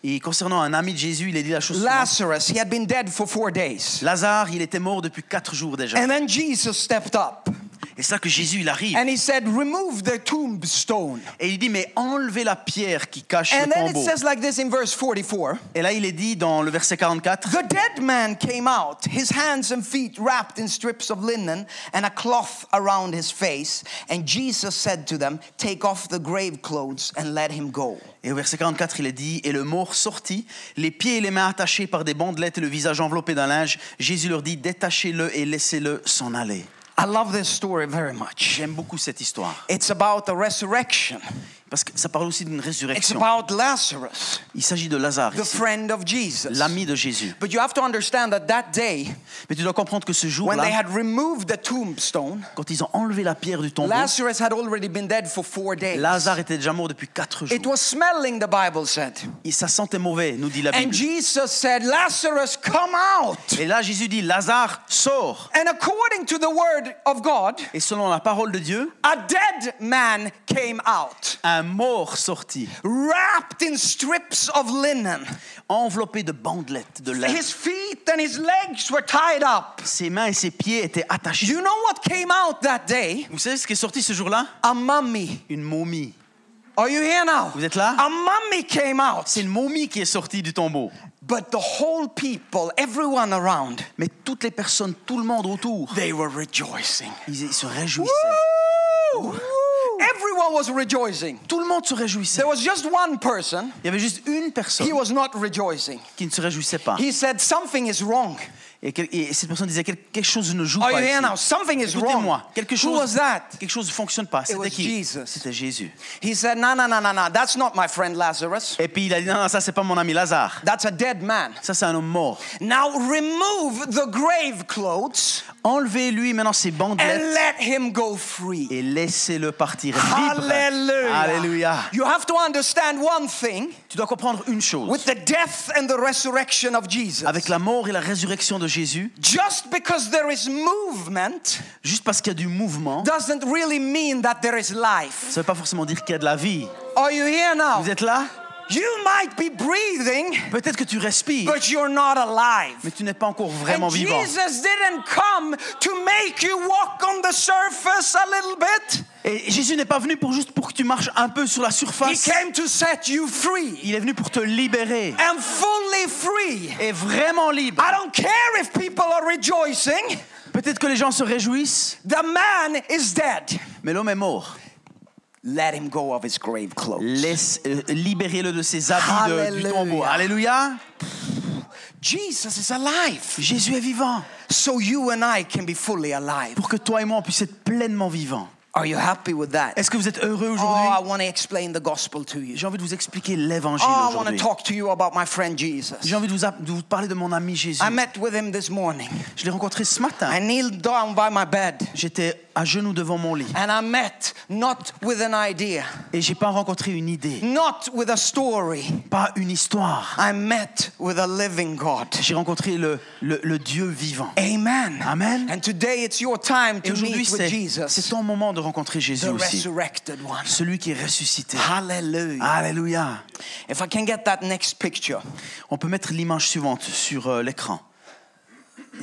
[SPEAKER 3] Et concernant un ami de Jésus, il est dit la chose suivante.
[SPEAKER 2] Lazarus, he had been dead for four days.
[SPEAKER 3] Lazare, il était mort depuis quatre jours déjà.
[SPEAKER 2] And then Jesus stepped up
[SPEAKER 3] Et c'est là que Jésus, il arrive.
[SPEAKER 2] and he said, Remove the tombstone.
[SPEAKER 3] Et il dit, mais enlevez la pierre qui cache le
[SPEAKER 2] And then it
[SPEAKER 3] tombeau.
[SPEAKER 2] says like this in verse 44
[SPEAKER 3] Et là, il est dit dans le verset 44,
[SPEAKER 2] The dead man came out, his hands and feet wrapped in strips of linen and a cloth around his face. And Jesus said to them, Take off the grave clothes and let him go.
[SPEAKER 3] Et au verset 44, il est dit Et le mort sortit, les pieds et les mains attachés par des bandelettes et le visage enveloppé d'un linge. Jésus leur dit Détachez-le et laissez-le s'en aller.
[SPEAKER 2] I love this story very much.
[SPEAKER 3] J'aime beaucoup cette histoire
[SPEAKER 2] It's about the resurrection,
[SPEAKER 3] parce que ça parle aussi d'une
[SPEAKER 2] it's
[SPEAKER 3] résurrection.
[SPEAKER 2] about Lazarus,
[SPEAKER 3] Il s'agit de Lazare,
[SPEAKER 2] the
[SPEAKER 3] ici,
[SPEAKER 2] friend of Jesus.
[SPEAKER 3] l'ami de Jésus.
[SPEAKER 2] But you have to understand that that day,
[SPEAKER 3] Mais tu dois comprendre que ce
[SPEAKER 2] when they
[SPEAKER 3] jour-là,
[SPEAKER 2] had removed the tombstone,
[SPEAKER 3] quand ils ont enlevé la pierre du tombeau,
[SPEAKER 2] Lazarus had already been dead for four days.
[SPEAKER 3] Lazare était déjà mort depuis quatre jours.
[SPEAKER 2] It was smelling, the Bible said.
[SPEAKER 3] Et ça sentait mauvais, nous dit la
[SPEAKER 2] And
[SPEAKER 3] Bible.
[SPEAKER 2] Jesus said, Lazarus, come out.
[SPEAKER 3] Et là, Jésus dit Lazare, sors
[SPEAKER 2] And according to the word of God,
[SPEAKER 3] Et selon la parole de Dieu,
[SPEAKER 2] a dead man came out,
[SPEAKER 3] un mort sortit,
[SPEAKER 2] wrapped in strips of linen.
[SPEAKER 3] enveloppé de bandelettes, de linge.
[SPEAKER 2] His feet and his legs were tied up.
[SPEAKER 3] Ses mains et ses pieds étaient attachés.
[SPEAKER 2] You know what came out that day?
[SPEAKER 3] Vous savez ce qui est sorti ce jour-là
[SPEAKER 2] A mummy.
[SPEAKER 3] Une momie.
[SPEAKER 2] Are you here now?
[SPEAKER 3] Vous êtes là
[SPEAKER 2] A mummy came out.
[SPEAKER 3] C'est une momie qui est sortie du tombeau.
[SPEAKER 2] But the whole people, everyone around,
[SPEAKER 3] Mais toutes les personnes, tout le monde autour,
[SPEAKER 2] they were rejoicing.
[SPEAKER 3] ils, ils se réjouissaient.
[SPEAKER 2] Everyone was rejoicing.
[SPEAKER 3] Tout le monde se réjouissait.
[SPEAKER 2] There was just one person.
[SPEAKER 3] Il y avait juste une personne
[SPEAKER 2] He was not rejoicing.
[SPEAKER 3] qui ne se réjouissait pas.
[SPEAKER 2] He said, Something is wrong.
[SPEAKER 3] Et, quel- et cette personne disait Quel- quelque chose ne joue
[SPEAKER 2] Are
[SPEAKER 3] pas.
[SPEAKER 2] you here
[SPEAKER 3] ici.
[SPEAKER 2] now? Something is wrong.
[SPEAKER 3] Écoutez-moi, quelque
[SPEAKER 2] Who was
[SPEAKER 3] chose,
[SPEAKER 2] that?
[SPEAKER 3] quelque chose ne fonctionne pas.
[SPEAKER 2] was
[SPEAKER 3] C'était qui
[SPEAKER 2] Jesus.
[SPEAKER 3] C'était Jésus.
[SPEAKER 2] He said, No, no, no, no, no. That's not my friend Lazarus.
[SPEAKER 3] Et puis il a dit non, non, ça c'est pas mon ami Lazare.
[SPEAKER 2] That's a dead man.
[SPEAKER 3] Ça c'est un homme mort.
[SPEAKER 2] Now remove the grave clothes
[SPEAKER 3] Enlevez-lui maintenant ses
[SPEAKER 2] and
[SPEAKER 3] bandelettes
[SPEAKER 2] let him go free.
[SPEAKER 3] et laissez-le partir libre.
[SPEAKER 2] Hallelujah.
[SPEAKER 3] Alléluia.
[SPEAKER 2] You have to understand one thing
[SPEAKER 3] Tu dois comprendre une chose.
[SPEAKER 2] with the death and the resurrection of Jesus.
[SPEAKER 3] Avec la mort et la résurrection de Jésus,
[SPEAKER 2] Just because there is movement
[SPEAKER 3] juste parce qu'il y a du mouvement,
[SPEAKER 2] doesn't really mean that there is life.
[SPEAKER 3] ça ne veut pas forcément dire qu'il y a de la vie.
[SPEAKER 2] Are you here now?
[SPEAKER 3] Vous êtes là
[SPEAKER 2] You might be breathing,
[SPEAKER 3] Peut-être que tu respires,
[SPEAKER 2] but you're not alive.
[SPEAKER 3] mais tu n'es pas encore vraiment
[SPEAKER 2] And
[SPEAKER 3] vivant.
[SPEAKER 2] Jesus didn't come to make you walk on the surface a little bit.
[SPEAKER 3] Et Jésus n'est pas venu pour juste pour que tu marches un peu sur la
[SPEAKER 2] He
[SPEAKER 3] surface.
[SPEAKER 2] came to set you free.
[SPEAKER 3] Il est venu pour te libérer.
[SPEAKER 2] And fully free.
[SPEAKER 3] Et vraiment libre.
[SPEAKER 2] I don't care if people are rejoicing.
[SPEAKER 3] Peut-être que les gens se réjouissent,
[SPEAKER 2] The man is dead.
[SPEAKER 3] mais l'homme est mort.
[SPEAKER 2] Let him go of his grave clothes.
[SPEAKER 3] Laisse, euh, libérez-le de ses habits de- du
[SPEAKER 2] Hallelujah.
[SPEAKER 3] tombeau. Alléluia.
[SPEAKER 2] Jesus is alive.
[SPEAKER 3] Jésus est vivant
[SPEAKER 2] So you and I can be fully alive.
[SPEAKER 3] pour que toi et moi on puisse être pleinement vivants.
[SPEAKER 2] Are you happy with that?
[SPEAKER 3] Est-ce que vous êtes heureux
[SPEAKER 2] Oh,
[SPEAKER 3] aujourd'hui
[SPEAKER 2] I want to explain the gospel to you.
[SPEAKER 3] J'ai envie de vous expliquer l'évangile
[SPEAKER 2] Oh, I want to
[SPEAKER 3] aujourd'hui.
[SPEAKER 2] talk to you about my friend
[SPEAKER 3] J'ai
[SPEAKER 2] Jesus.
[SPEAKER 3] envie de vous, a- de vous parler de mon ami Jésus.
[SPEAKER 2] I met with him this morning.
[SPEAKER 3] Je l'ai rencontré ce
[SPEAKER 2] I
[SPEAKER 3] matin.
[SPEAKER 2] kneeled down by my bed
[SPEAKER 3] J'étais à genoux devant mon lit
[SPEAKER 2] and I met not with an idea,
[SPEAKER 3] et j'ai pas rencontré une idée,
[SPEAKER 2] not with a story.
[SPEAKER 3] pas une histoire.
[SPEAKER 2] I met with a living God.
[SPEAKER 3] J'ai rencontré le, le, le Dieu vivant.
[SPEAKER 2] Amen.
[SPEAKER 3] Amen.
[SPEAKER 2] And today it's your time
[SPEAKER 3] Et
[SPEAKER 2] to meet
[SPEAKER 3] aujourd'hui,
[SPEAKER 2] with
[SPEAKER 3] c'est c'est
[SPEAKER 2] Jesus,
[SPEAKER 3] ton moment de rencontrer Jésus
[SPEAKER 2] the
[SPEAKER 3] aussi,
[SPEAKER 2] resurrected one.
[SPEAKER 3] celui qui est ressuscité.
[SPEAKER 2] Hallelujah.
[SPEAKER 3] Alléluia.
[SPEAKER 2] If I can get that next picture,
[SPEAKER 3] On peut mettre l'image suivante sur euh, l'écran.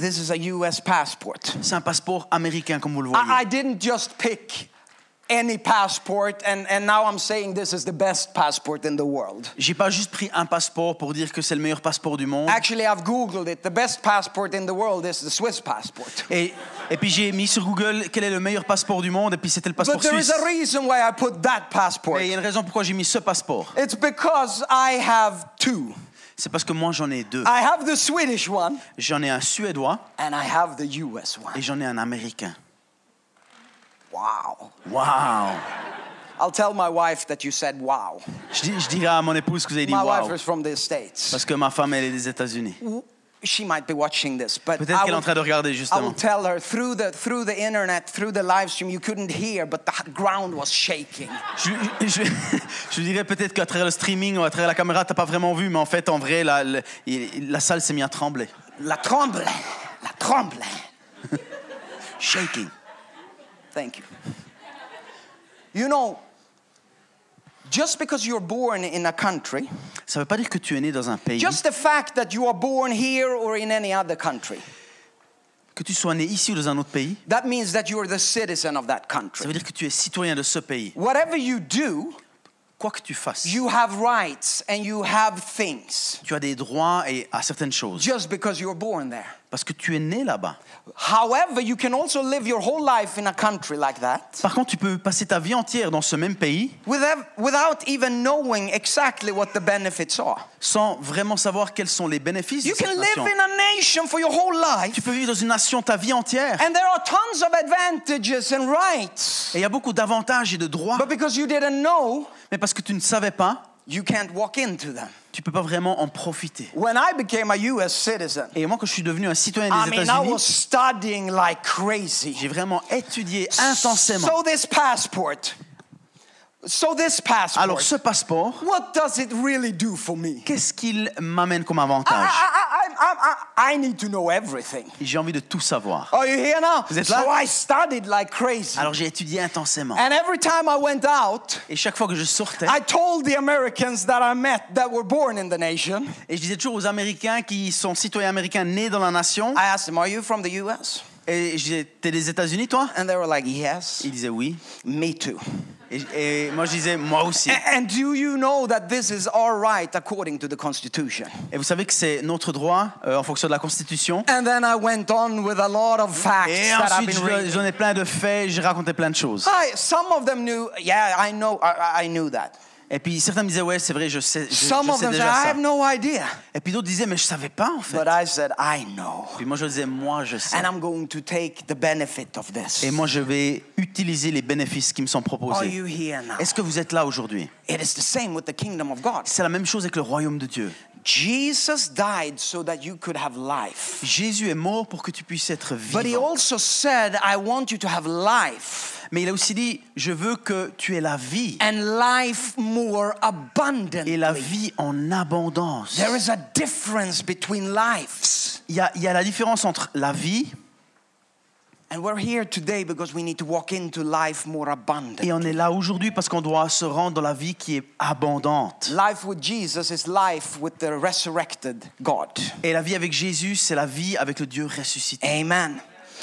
[SPEAKER 2] this is a U.S. passport.
[SPEAKER 3] C'est un passeport américain, comme vous le voyez.
[SPEAKER 2] I, I didn't just pick any passport, and, and now I'm saying this is the best passport in the world.
[SPEAKER 3] J'ai pas juste pris un passeport pour dire que c'est le meilleur passeport du monde.
[SPEAKER 2] Actually, I've Googled it. The best passport in the world is the Swiss passport.
[SPEAKER 3] Et, et puis j'ai mis sur Google quel est le meilleur passeport du monde, et puis c'était le
[SPEAKER 2] But
[SPEAKER 3] passeport
[SPEAKER 2] there is
[SPEAKER 3] suisse.
[SPEAKER 2] a reason why I put that
[SPEAKER 3] Mais il y
[SPEAKER 2] passport.
[SPEAKER 3] a une raison pourquoi j'ai mis ce passeport.
[SPEAKER 2] It's because I have two.
[SPEAKER 3] C'est parce que moi j'en ai deux.
[SPEAKER 2] I have the Swedish one,
[SPEAKER 3] J'en ai un suédois
[SPEAKER 2] and I have the US one.
[SPEAKER 3] et j'en ai un américain.
[SPEAKER 2] Wow.
[SPEAKER 3] Waouh
[SPEAKER 2] I'll tell my wife that you said wow.
[SPEAKER 3] je, dis- je dirai à mon épouse que vous avez dit
[SPEAKER 2] My
[SPEAKER 3] waouh.
[SPEAKER 2] wife is from the States.
[SPEAKER 3] Parce que ma femme elle est des États-Unis.
[SPEAKER 2] She might be watching this, but
[SPEAKER 3] Peut-être
[SPEAKER 2] I
[SPEAKER 3] qu'elle est en
[SPEAKER 2] will,
[SPEAKER 3] train de regarder
[SPEAKER 2] I will
[SPEAKER 3] justement.
[SPEAKER 2] tell her through the, through the internet, through the live stream, you couldn't hear, but the ground was shaking.
[SPEAKER 3] Je, je, je lui dirais peut-être qu'à travers le streaming ou à travers la caméra, t'as pas vraiment vu, mais en fait, en vrai, la, la, la salle s'est mise à trembler.
[SPEAKER 2] La tremble, la tremble.
[SPEAKER 3] Shaking.
[SPEAKER 2] Thank you. You know, just because you're born in a country,
[SPEAKER 3] Ça veut pas dire que tu es né dans un pays.
[SPEAKER 2] just the fact that you are born here or in any other country,
[SPEAKER 3] Que tu sois né ici ou dans un autre pays,
[SPEAKER 2] that means that you're the citizen of that
[SPEAKER 3] ça veut
[SPEAKER 2] country.
[SPEAKER 3] dire que tu es citoyen de ce pays.
[SPEAKER 2] Whatever you do,
[SPEAKER 3] Quoi que tu fasses,
[SPEAKER 2] you have rights and you have things.
[SPEAKER 3] tu as des droits et à certaines choses.
[SPEAKER 2] just because you were born there.
[SPEAKER 3] Parce que tu es né là-bas.
[SPEAKER 2] However, you can also live your whole life in a country like that
[SPEAKER 3] Par contre, tu peux passer ta vie entière dans ce même pays
[SPEAKER 2] with ev- without even knowing exactly what the benefits are.
[SPEAKER 3] sans vraiment savoir quels sont les bénéfices
[SPEAKER 2] You
[SPEAKER 3] de cette
[SPEAKER 2] can live
[SPEAKER 3] nation.
[SPEAKER 2] in a nation for your whole life,
[SPEAKER 3] Tu peux vivre dans une nation ta vie entière.
[SPEAKER 2] and there are tons of advantages and rights,
[SPEAKER 3] Et il y a beaucoup d'avantages et de droits.
[SPEAKER 2] but because you didn't know,
[SPEAKER 3] Mais parce que tu ne savais pas,
[SPEAKER 2] you can't walk into them.
[SPEAKER 3] tu peux pas vraiment en profiter.
[SPEAKER 2] When I became a US citizen,
[SPEAKER 3] Et moi, quand je suis devenu un citoyen
[SPEAKER 2] I
[SPEAKER 3] des
[SPEAKER 2] mean, I was
[SPEAKER 3] États-Unis,
[SPEAKER 2] studying like crazy.
[SPEAKER 3] j'ai vraiment étudié intensément.
[SPEAKER 2] So, this passport, so this
[SPEAKER 3] Alors, ce
[SPEAKER 2] passport,
[SPEAKER 3] passeport,
[SPEAKER 2] what does it really do for me?
[SPEAKER 3] qu'est-ce qu'il m'amène comme avantage
[SPEAKER 2] I, I, I, I, I need to know everything.
[SPEAKER 3] J'ai envie de tout savoir.
[SPEAKER 2] Are you here now?
[SPEAKER 3] Vous êtes là?
[SPEAKER 2] So I studied like crazy.
[SPEAKER 3] Alors, j'ai étudié intensément.
[SPEAKER 2] And every time I went out,
[SPEAKER 3] Et chaque fois que je sortais,
[SPEAKER 2] I told the Americans that I met that were born in the nation,
[SPEAKER 3] et je disais toujours aux Américains qui sont citoyens américains nés dans la nation,
[SPEAKER 2] I asked them, Are you from the US?
[SPEAKER 3] et je disais, t'es des États-Unis, toi
[SPEAKER 2] And they were like, Yes,
[SPEAKER 3] Ils disaient oui.
[SPEAKER 2] me too.
[SPEAKER 3] Et, et moi, je disais, moi aussi.
[SPEAKER 2] A- And do you know that this is our right according to the Constitution?
[SPEAKER 3] Et vous savez que c'est notre droit euh, en fonction de la Constitution.
[SPEAKER 2] And then I went on with a lot of facts
[SPEAKER 3] Et
[SPEAKER 2] that I've
[SPEAKER 3] ensuite,
[SPEAKER 2] been
[SPEAKER 3] je-
[SPEAKER 2] reading.
[SPEAKER 3] j'en ai plein de faits, j'ai raconté plein de choses.
[SPEAKER 2] I, some of them knew, yeah, I know, I- I, I knew that.
[SPEAKER 3] Et puis certains me disaient, ouais, c'est vrai, je sais, je,
[SPEAKER 2] Some
[SPEAKER 3] je
[SPEAKER 2] of
[SPEAKER 3] sais
[SPEAKER 2] them said,
[SPEAKER 3] déjà
[SPEAKER 2] I
[SPEAKER 3] ça.
[SPEAKER 2] have no idea.
[SPEAKER 3] Et puis d'autres disaient, mais je savais pas en fait.
[SPEAKER 2] But I said, I know.
[SPEAKER 3] Puis moi, je disais, moi, je sais.
[SPEAKER 2] And I'm going to take the benefit of this.
[SPEAKER 3] Et moi, je vais utiliser les bénéfices qui me sont
[SPEAKER 2] Are
[SPEAKER 3] proposés.
[SPEAKER 2] you here now?
[SPEAKER 3] Est-ce que vous êtes là aujourd'hui
[SPEAKER 2] It is the same with the kingdom of God.
[SPEAKER 3] C'est la même chose avec le royaume de Dieu.
[SPEAKER 2] Jesus died so that you could have life.
[SPEAKER 3] Jésus est mort pour que tu puisses être
[SPEAKER 2] But he
[SPEAKER 3] vivant.
[SPEAKER 2] also said, I want you to have life
[SPEAKER 3] Mais il a aussi dit, je veux que tu aies la vie
[SPEAKER 2] and life more
[SPEAKER 3] et la
[SPEAKER 2] abundantly.
[SPEAKER 3] vie en abondance.
[SPEAKER 2] There is a difference between lives.
[SPEAKER 3] Il y a, il y a la différence entre la vie
[SPEAKER 2] And we're here today because we need to walk into life more abundant.
[SPEAKER 3] et on est là aujourd'hui parce qu'on doit se rendre dans la vie qui est abondante.
[SPEAKER 2] Life with Jesus is life with the resurrected God.
[SPEAKER 3] Et la vie avec Jésus, c'est la vie avec le Dieu ressuscité.
[SPEAKER 2] Amen.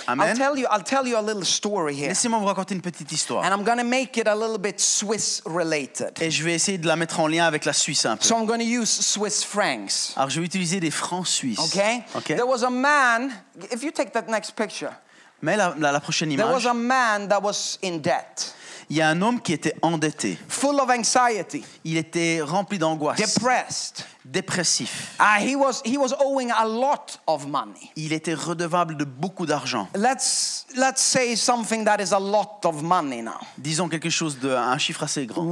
[SPEAKER 2] I'll
[SPEAKER 3] Amen.
[SPEAKER 2] tell you, I'll tell you a little story here.
[SPEAKER 3] Laissez-moi vous raconter une petite histoire.
[SPEAKER 2] And I'm going to make it a little bit Swiss related.
[SPEAKER 3] Et je vais essayer de la mettre en lien avec la Suisse un peu.
[SPEAKER 2] So I'm going to use Swiss francs.
[SPEAKER 3] Alors, je vais utiliser des francs suisses.
[SPEAKER 2] Okay?
[SPEAKER 3] Ok.
[SPEAKER 2] There was a man, if you take that next picture,
[SPEAKER 3] Mais la, la- la prochaine
[SPEAKER 2] there was
[SPEAKER 3] image,
[SPEAKER 2] a man that was in debt.
[SPEAKER 3] il y a un homme qui était endetté.
[SPEAKER 2] full of anxiety,
[SPEAKER 3] Il était rempli d'angoisse,
[SPEAKER 2] depressed.
[SPEAKER 3] dépressif.
[SPEAKER 2] Uh, he, was, he was owing a lot of money.
[SPEAKER 3] Il était redevable de beaucoup d'argent.
[SPEAKER 2] Let's, let's say something that is a lot of money now.
[SPEAKER 3] Disons quelque chose de un chiffre assez grand.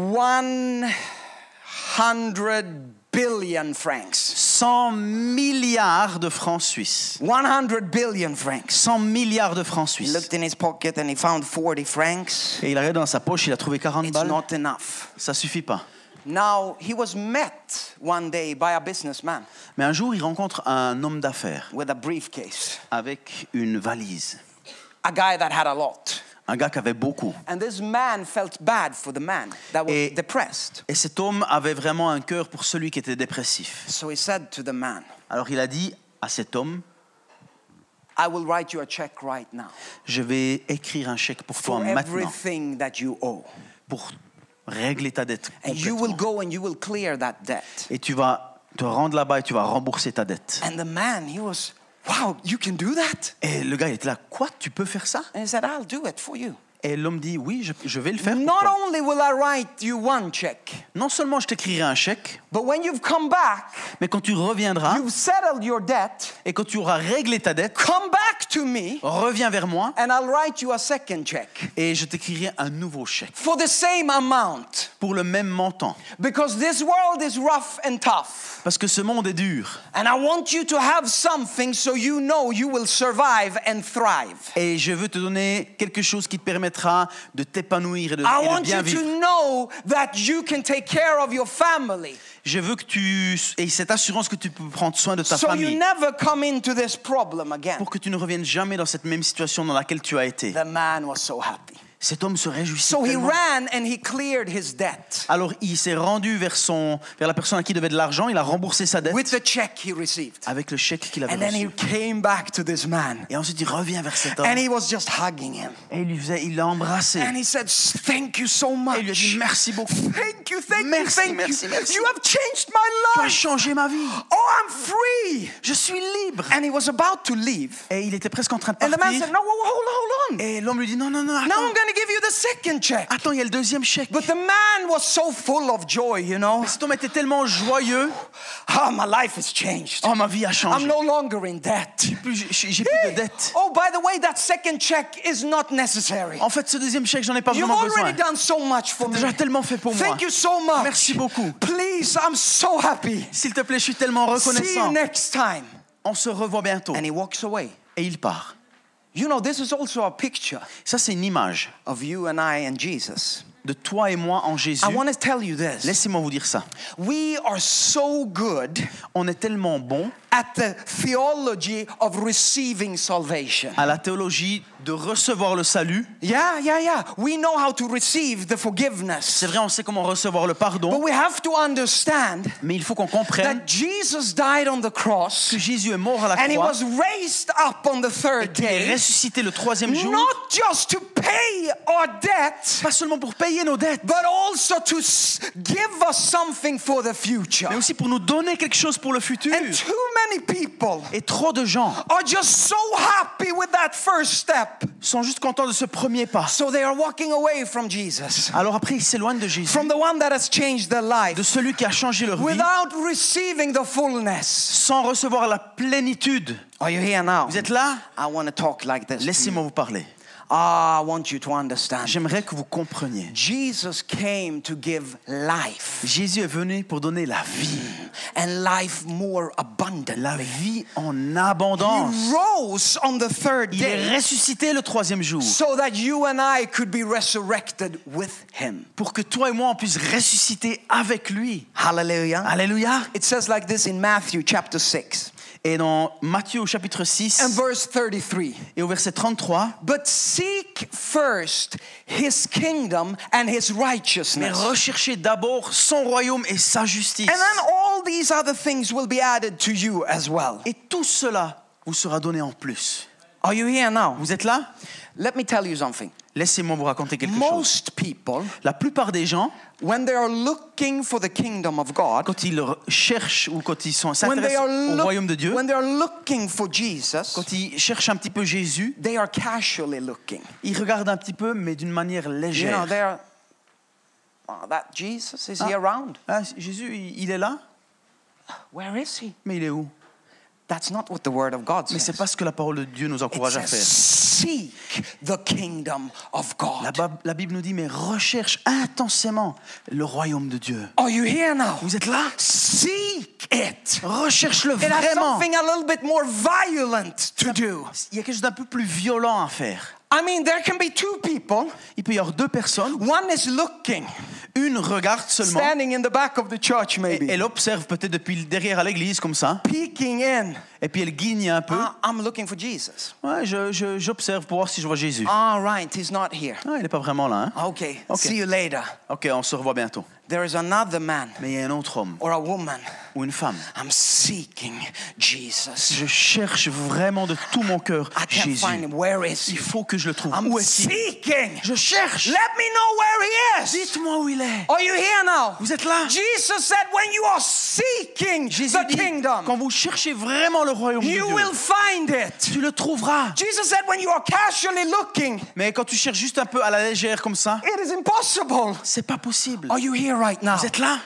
[SPEAKER 2] 100 billion francs.
[SPEAKER 3] 100 milliards de francs suisses.
[SPEAKER 2] 100 billion francs.
[SPEAKER 3] 100 milliards de francs
[SPEAKER 2] He
[SPEAKER 3] suisses.
[SPEAKER 2] looked in his pocket and he found 40 francs.
[SPEAKER 3] Et il a regardé dans sa poche, il a trouvé 40
[SPEAKER 2] It's
[SPEAKER 3] balles.
[SPEAKER 2] not enough.
[SPEAKER 3] Ça suffit pas.
[SPEAKER 2] Now, he was met one day by a businessman
[SPEAKER 3] Mais un jour, il rencontre un homme d'affaires
[SPEAKER 2] with a briefcase,
[SPEAKER 3] avec une valise.
[SPEAKER 2] a guy that had a lot.
[SPEAKER 3] Un gars qui avait beaucoup.
[SPEAKER 2] And this man felt bad for the man that was
[SPEAKER 3] Eh.
[SPEAKER 2] depressed.
[SPEAKER 3] Et cet homme avait vraiment un cœur pour celui qui était dépressif.
[SPEAKER 2] So he said to the man,
[SPEAKER 3] Alors il a dit à cet homme,
[SPEAKER 2] I will write you a check right now
[SPEAKER 3] je vais écrire un chèque pour toi
[SPEAKER 2] for
[SPEAKER 3] maintenant,
[SPEAKER 2] everything that you owe.
[SPEAKER 3] pour régler ta dette
[SPEAKER 2] And you will
[SPEAKER 3] complètement.
[SPEAKER 2] go and you will clear that debt.
[SPEAKER 3] Et tu vas te rendre là-bas et tu vas rembourser ta dette.
[SPEAKER 2] And the man, he was, wow, you can do that?
[SPEAKER 3] Et le gars il était là, quoi, tu peux faire ça
[SPEAKER 2] And he said, I'll do it for you.
[SPEAKER 3] Et l'homme dit, oui, je, je vais le faire. pour
[SPEAKER 2] Not
[SPEAKER 3] toi.
[SPEAKER 2] only will I write you one check,
[SPEAKER 3] Non seulement je t'écrirai un chèque,
[SPEAKER 2] but when you've come back,
[SPEAKER 3] mais quand tu reviendras,
[SPEAKER 2] you've settled your debt,
[SPEAKER 3] et quand tu auras réglé ta dette,
[SPEAKER 2] come back to me
[SPEAKER 3] reviens vers moi
[SPEAKER 2] and I'll write you a second check
[SPEAKER 3] et je t'écrirai un nouveau chèque
[SPEAKER 2] for the same amount.
[SPEAKER 3] pour le même montant.
[SPEAKER 2] Because this world is rough and tough.
[SPEAKER 3] Parce que ce monde est dur
[SPEAKER 2] And I want you to have something so you know you will survive and thrive.
[SPEAKER 3] et je veux te donner quelque chose qui te permettra de t'épanouir et de,
[SPEAKER 2] I
[SPEAKER 3] et de
[SPEAKER 2] want
[SPEAKER 3] bien
[SPEAKER 2] you
[SPEAKER 3] vivre.
[SPEAKER 2] to know that you can take care of your family
[SPEAKER 3] Je veux que tu et cette assurance que tu peux prendre soin de ta
[SPEAKER 2] so you
[SPEAKER 3] famille
[SPEAKER 2] never come into this problem again.
[SPEAKER 3] pour que tu ne reviennes jamais dans cette même situation dans laquelle tu as été.
[SPEAKER 2] The man was so happy.
[SPEAKER 3] Cet homme se réjouissait
[SPEAKER 2] So he
[SPEAKER 3] tellement.
[SPEAKER 2] ran and he cleared his debt
[SPEAKER 3] Alors il s'est rendu vers son vers la personne à qui il devait de l'argent, il a remboursé sa dette
[SPEAKER 2] with the check he received.
[SPEAKER 3] avec le chèque qu'il avait
[SPEAKER 2] And then he
[SPEAKER 3] reçu.
[SPEAKER 2] came back to this man
[SPEAKER 3] Et ensuite il revient vers cet homme
[SPEAKER 2] and he was just hugging him.
[SPEAKER 3] et il lui faisait il l'a embrassé.
[SPEAKER 2] And he said, Thank you so much.
[SPEAKER 3] Et il lui a dit merci beaucoup.
[SPEAKER 2] Thank you, thank you,
[SPEAKER 3] Merci,
[SPEAKER 2] thank
[SPEAKER 3] merci,
[SPEAKER 2] you.
[SPEAKER 3] merci.
[SPEAKER 2] You have changed my
[SPEAKER 3] Tu as
[SPEAKER 2] life.
[SPEAKER 3] changé ma vie.
[SPEAKER 2] Oh, I'm free.
[SPEAKER 3] Je suis libre.
[SPEAKER 2] And he was about to leave.
[SPEAKER 3] Et il était presque en train de
[SPEAKER 2] And the man
[SPEAKER 3] partir.
[SPEAKER 2] said, No, whoa, whoa, hold on, hold on.
[SPEAKER 3] Et l'homme lui dit non, non, non,
[SPEAKER 2] Now I'm going
[SPEAKER 3] attends,
[SPEAKER 2] to give you the second check.
[SPEAKER 3] attends, il y a le deuxième chèque.
[SPEAKER 2] But the man was so full of joy, you know.
[SPEAKER 3] Cet homme était tellement joyeux.
[SPEAKER 2] Ah, my life has changed.
[SPEAKER 3] Oh, ma vie a
[SPEAKER 2] I'm
[SPEAKER 3] changé.
[SPEAKER 2] no longer in debt.
[SPEAKER 3] Plus- J'ai j'ai plus de dettes.
[SPEAKER 2] Oh, by the way, that second check is not necessary.
[SPEAKER 3] En fait, ce deuxième chèque, Oh, j'en ai pas
[SPEAKER 2] You've
[SPEAKER 3] vraiment besoin.
[SPEAKER 2] Oh. already done so much for me.
[SPEAKER 3] Déjà tellement fait pour moi.
[SPEAKER 2] Thank you so much.
[SPEAKER 3] Merci beaucoup.
[SPEAKER 2] Please, I'm so happy.
[SPEAKER 3] S'il te plaît, je suis tellement
[SPEAKER 2] See you
[SPEAKER 3] reconnaissant.
[SPEAKER 2] next time.
[SPEAKER 3] On se revoit bientôt.
[SPEAKER 2] And he walks away.
[SPEAKER 3] Et il part.
[SPEAKER 2] You know, this is also a picture
[SPEAKER 3] Ça, c'est une image
[SPEAKER 2] of you and I and Jesus.
[SPEAKER 3] de toi et moi en Jésus.
[SPEAKER 2] I want to tell you this.
[SPEAKER 3] Laissez-moi vous dire ça.
[SPEAKER 2] We are so good
[SPEAKER 3] On est tellement bon
[SPEAKER 2] at the theology of receiving salvation.
[SPEAKER 3] à la théologie de recevoir le salut.
[SPEAKER 2] Yeah, yeah, yeah. We know how to receive the forgiveness.
[SPEAKER 3] C'est vrai, on sait comment recevoir le
[SPEAKER 2] But
[SPEAKER 3] pardon,
[SPEAKER 2] we have to understand
[SPEAKER 3] mais il faut qu'on comprenne
[SPEAKER 2] that Jesus died on the cross
[SPEAKER 3] que Jésus est mort à la
[SPEAKER 2] and he
[SPEAKER 3] croix.
[SPEAKER 2] was raised up on the third
[SPEAKER 3] Il est
[SPEAKER 2] day,
[SPEAKER 3] ressuscité le troisième jour,
[SPEAKER 2] not just to pay our debt,
[SPEAKER 3] pas seulement pour payer nos dettes,
[SPEAKER 2] but also to s- give us something for the future.
[SPEAKER 3] mais aussi pour nous donner quelque chose pour le futur.
[SPEAKER 2] And too many people
[SPEAKER 3] Et trop de gens
[SPEAKER 2] are just so happy with that first step.
[SPEAKER 3] sont juste contents de ce premier pas.
[SPEAKER 2] So they are walking away from Jesus,
[SPEAKER 3] Alors après, ils s'éloignent de Jésus,
[SPEAKER 2] from the one that has changed their
[SPEAKER 3] de
[SPEAKER 2] life,
[SPEAKER 3] celui qui a changé leur vie,
[SPEAKER 2] without receiving the fullness.
[SPEAKER 3] sans recevoir la plénitude.
[SPEAKER 2] Are you here now?
[SPEAKER 3] Vous êtes là
[SPEAKER 2] I want to talk like this. to you.
[SPEAKER 3] Laissez-moi vous parler.
[SPEAKER 2] Ah, I want you to understand.
[SPEAKER 3] J'aimerais que vous compreniez.
[SPEAKER 2] Jesus came to give life
[SPEAKER 3] Jésus est venu pour donner la vie,
[SPEAKER 2] and life more abundant.
[SPEAKER 3] la vie en abondance.
[SPEAKER 2] He rose on the third
[SPEAKER 3] Il est
[SPEAKER 2] day
[SPEAKER 3] ressuscité le troisième jour
[SPEAKER 2] so that you and I could be resurrected with him.
[SPEAKER 3] pour que toi et moi on puisse ressusciter avec lui.
[SPEAKER 2] Hallelujah.
[SPEAKER 3] Alléluia.
[SPEAKER 2] It says like this in Matthew chapter 6
[SPEAKER 3] Et dans Matthieu au chapitre 6
[SPEAKER 2] and verse 33.
[SPEAKER 3] et au verset 33,
[SPEAKER 2] But seek first his kingdom and his
[SPEAKER 3] mais
[SPEAKER 2] righteousness.
[SPEAKER 3] recherchez d'abord son royaume et sa justice.
[SPEAKER 2] And then all these other things will be added to you as well.
[SPEAKER 3] Et tout cela vous sera donné en plus.
[SPEAKER 2] Are you here now?
[SPEAKER 3] Vous êtes là
[SPEAKER 2] Let me tell you something.
[SPEAKER 3] Laissez-moi vous raconter quelque chose.
[SPEAKER 2] Most people,
[SPEAKER 3] La plupart des gens,
[SPEAKER 2] when they are looking for the kingdom of God,
[SPEAKER 3] quand ils cherchent ou quand ils sont-
[SPEAKER 2] when they
[SPEAKER 3] s'intéressent
[SPEAKER 2] are,
[SPEAKER 3] au
[SPEAKER 2] look-
[SPEAKER 3] royaume de Dieu,
[SPEAKER 2] when they are looking for Jesus,
[SPEAKER 3] quand ils cherchent un petit peu Jésus,
[SPEAKER 2] they are casually looking.
[SPEAKER 3] ils regardent un petit peu, mais d'une manière
[SPEAKER 2] You know,
[SPEAKER 3] légère.
[SPEAKER 2] they are. "Oh, that Jesus is he
[SPEAKER 3] Ah.
[SPEAKER 2] around?
[SPEAKER 3] Ah, Jésus, il il est là,
[SPEAKER 2] Where is he?
[SPEAKER 3] mais il est où
[SPEAKER 2] That's not what the Word of God
[SPEAKER 3] Mais
[SPEAKER 2] says.
[SPEAKER 3] c'est pas ce que la parole de Dieu nous
[SPEAKER 2] It
[SPEAKER 3] encourage à
[SPEAKER 2] says,
[SPEAKER 3] faire.
[SPEAKER 2] seek the kingdom of
[SPEAKER 3] La,
[SPEAKER 2] God.
[SPEAKER 3] Bab- la Bible nous dit, mais recherche intensément le royaume de Dieu.
[SPEAKER 2] Are you here now?
[SPEAKER 3] Vous êtes là
[SPEAKER 2] Seek it.
[SPEAKER 3] Recherche-le
[SPEAKER 2] It has
[SPEAKER 3] vraiment.
[SPEAKER 2] something a little bit more violent to do.
[SPEAKER 3] Il y a quelque chose d'un peu plus violent à faire.
[SPEAKER 2] I mean, there can be two people.
[SPEAKER 3] Il peut y avoir deux personnes.
[SPEAKER 2] One is looking,
[SPEAKER 3] Une regarde seulement.
[SPEAKER 2] standing in the back of the church,
[SPEAKER 3] Et
[SPEAKER 2] maybe,
[SPEAKER 3] elle observe peut-être depuis derrière à l'église comme ça.
[SPEAKER 2] peeking in.
[SPEAKER 3] Et puis elle guigne un peu.
[SPEAKER 2] Ah, I'm looking for Jesus.
[SPEAKER 3] Ouais, je- je- j'observe pour voir si je vois Jésus.
[SPEAKER 2] All right, he's not here.
[SPEAKER 3] Ah, il n'est pas vraiment là. hein.
[SPEAKER 2] Okay,
[SPEAKER 3] Ok.
[SPEAKER 2] see you later.
[SPEAKER 3] Ok, on se revoit bientôt.
[SPEAKER 2] There is another man
[SPEAKER 3] Mais il y a un autre homme
[SPEAKER 2] or a woman.
[SPEAKER 3] ou une femme.
[SPEAKER 2] I'm seeking Jesus.
[SPEAKER 3] Je cherche vraiment de tout mon cœur
[SPEAKER 2] I can't
[SPEAKER 3] Jésus.
[SPEAKER 2] find him. Where is
[SPEAKER 3] Il
[SPEAKER 2] he?
[SPEAKER 3] faut que je le trouve.
[SPEAKER 2] I'm
[SPEAKER 3] Où est-il
[SPEAKER 2] seeking.
[SPEAKER 3] Je cherche.
[SPEAKER 2] Let me know where he is.
[SPEAKER 3] Dites-moi où il est.
[SPEAKER 2] Are you here now?
[SPEAKER 3] Vous êtes là
[SPEAKER 2] Jesus said, when you are seeking
[SPEAKER 3] Jésus
[SPEAKER 2] the
[SPEAKER 3] dit,
[SPEAKER 2] kingdom,
[SPEAKER 3] quand vous cherchez vraiment le royaume de
[SPEAKER 2] you will
[SPEAKER 3] Dieu,
[SPEAKER 2] find it.
[SPEAKER 3] tu le trouveras.
[SPEAKER 2] Jesus said, when you are casually looking,
[SPEAKER 3] Mais quand tu cherches juste un peu à la légère comme ça,
[SPEAKER 2] it is impossible.
[SPEAKER 3] c'est pas possible.
[SPEAKER 2] Are you here right now?
[SPEAKER 3] Vous êtes là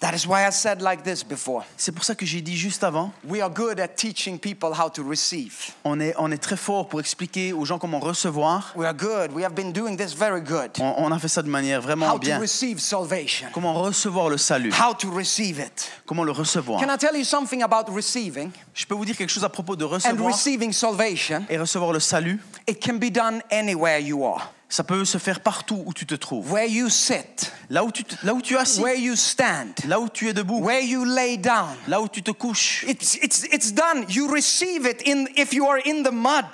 [SPEAKER 2] That is why I said like this before.
[SPEAKER 3] C'est pour ça que j'ai dit juste avant,
[SPEAKER 2] We are good at teaching people how to receive.
[SPEAKER 3] on est, on est très fort pour expliquer aux gens comment recevoir.
[SPEAKER 2] We are good. We have been doing this very good.
[SPEAKER 3] On, on a fait ça de manière vraiment
[SPEAKER 2] How to
[SPEAKER 3] bien.
[SPEAKER 2] receive salvation.
[SPEAKER 3] Comment recevoir le salut
[SPEAKER 2] How to receive it.
[SPEAKER 3] Comment le recevoir
[SPEAKER 2] Can I tell you something about receiving
[SPEAKER 3] Je peux vous dire quelque chose à propos de
[SPEAKER 2] and
[SPEAKER 3] recevoir
[SPEAKER 2] receiving salvation?
[SPEAKER 3] et recevoir le salut.
[SPEAKER 2] It can be done anywhere you are.
[SPEAKER 3] Ça peut se faire partout où tu te trouves.
[SPEAKER 2] Where you sit,
[SPEAKER 3] Là où tu, te- là où tu es assis,
[SPEAKER 2] where you stand,
[SPEAKER 3] là où tu es debout,
[SPEAKER 2] where you lay down.
[SPEAKER 3] là où tu te couches,
[SPEAKER 2] It's, it's, it's done. You receive it in, if you are in the mud,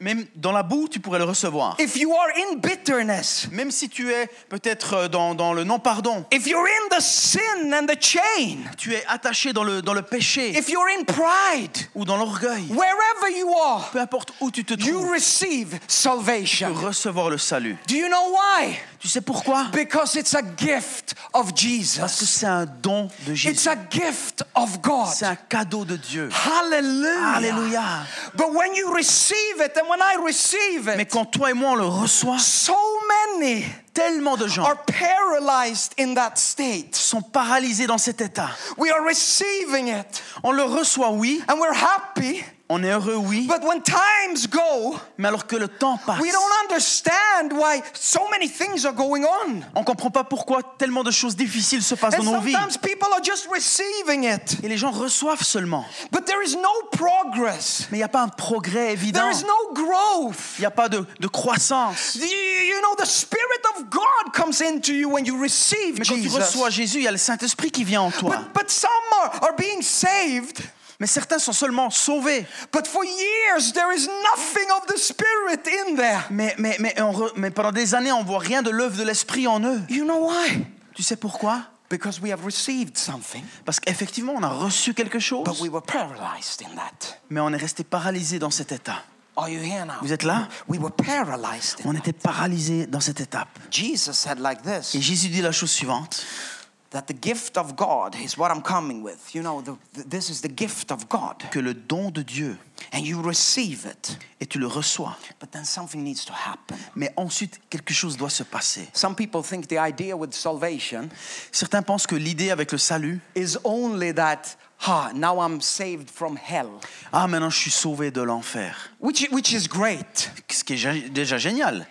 [SPEAKER 3] même dans la boue, tu pourrais le recevoir.
[SPEAKER 2] if you are in bitterness,
[SPEAKER 3] Même si tu es peut-être euh, dans, dans le non-pardon,
[SPEAKER 2] if you're in the sin and the chain,
[SPEAKER 3] tu es attaché dans le, dans le péché
[SPEAKER 2] if you're in pride,
[SPEAKER 3] ou dans l'orgueil,
[SPEAKER 2] wherever you are,
[SPEAKER 3] peu importe où tu te
[SPEAKER 2] you
[SPEAKER 3] trouves,
[SPEAKER 2] receive
[SPEAKER 3] tu
[SPEAKER 2] salvation.
[SPEAKER 3] peux recevoir le salut.
[SPEAKER 2] Do you know why?
[SPEAKER 3] Tu sais pourquoi
[SPEAKER 2] Because it's a gift of
[SPEAKER 3] Parce que
[SPEAKER 2] Jesus.
[SPEAKER 3] c'est un don de
[SPEAKER 2] It's
[SPEAKER 3] Jésus.
[SPEAKER 2] a gift of God.
[SPEAKER 3] C'est un cadeau de Dieu.
[SPEAKER 2] Hallelujah.
[SPEAKER 3] Alléluia.
[SPEAKER 2] But when you receive it and when I receive
[SPEAKER 3] Mais
[SPEAKER 2] it,
[SPEAKER 3] quand toi et moi on le reçoit,
[SPEAKER 2] so many
[SPEAKER 3] tellement de gens
[SPEAKER 2] are paralyzed in that state.
[SPEAKER 3] sont paralysés dans cet état.
[SPEAKER 2] We are receiving it
[SPEAKER 3] On le reçoit, oui,
[SPEAKER 2] and we're happy,
[SPEAKER 3] on est heureux, oui,
[SPEAKER 2] but when times go,
[SPEAKER 3] mais alors que le temps passe,
[SPEAKER 2] we don't understand why so many things are going on.
[SPEAKER 3] on comprend pas pourquoi tellement de choses difficiles se passent
[SPEAKER 2] And
[SPEAKER 3] dans nos vies.
[SPEAKER 2] sometimes people are just receiving it,
[SPEAKER 3] Et les gens reçoivent seulement.
[SPEAKER 2] but there is no progress.
[SPEAKER 3] Mais il n'y a pas un progrès
[SPEAKER 2] There
[SPEAKER 3] évident.
[SPEAKER 2] is
[SPEAKER 3] Il
[SPEAKER 2] no growth.
[SPEAKER 3] n'y a pas de, de croissance.
[SPEAKER 2] You, you know, the Spirit of God comes into you when you receive
[SPEAKER 3] Mais quand tu
[SPEAKER 2] Jesus.
[SPEAKER 3] reçois Jésus, il y a le Saint-Esprit qui vient en toi.
[SPEAKER 2] But, but some are, are being saved,
[SPEAKER 3] Mais certains sont seulement sauvés.
[SPEAKER 2] but for years there is nothing of the Spirit in there.
[SPEAKER 3] Mais, mais, mais, on re- mais pendant des années, on voit rien de l'œuvre de l'Esprit en eux.
[SPEAKER 2] You know why?
[SPEAKER 3] Tu sais pourquoi
[SPEAKER 2] Because we have received something,
[SPEAKER 3] Parce qu'effectivement, on a reçu quelque
[SPEAKER 2] but
[SPEAKER 3] chose,
[SPEAKER 2] we were paralyzed in that.
[SPEAKER 3] mais on est resté paralysé dans cet état.
[SPEAKER 2] Are you here now?
[SPEAKER 3] Vous êtes là
[SPEAKER 2] We were paralyzed. in-
[SPEAKER 3] On était paralysé dans cette étape.
[SPEAKER 2] Jesus said like this
[SPEAKER 3] Et Jésus dit la chose suivante.
[SPEAKER 2] that the gift of God is what I'm coming with. You know, the, th- this is the gift of God,
[SPEAKER 3] que le don de Dieu
[SPEAKER 2] and you receive it,
[SPEAKER 3] et tu le reçois.
[SPEAKER 2] but then something needs to happen.
[SPEAKER 3] Mais ensuite, quelque chose doit se passer.
[SPEAKER 2] Some people think the idea with salvation
[SPEAKER 3] Certains pensent que l'idée avec le salut,
[SPEAKER 2] is only that, ha, now I'm saved from hell,
[SPEAKER 3] ah maintenant je suis sauvé de l'enfer,
[SPEAKER 2] which, which is great,
[SPEAKER 3] ce qui est gé- déjà génial.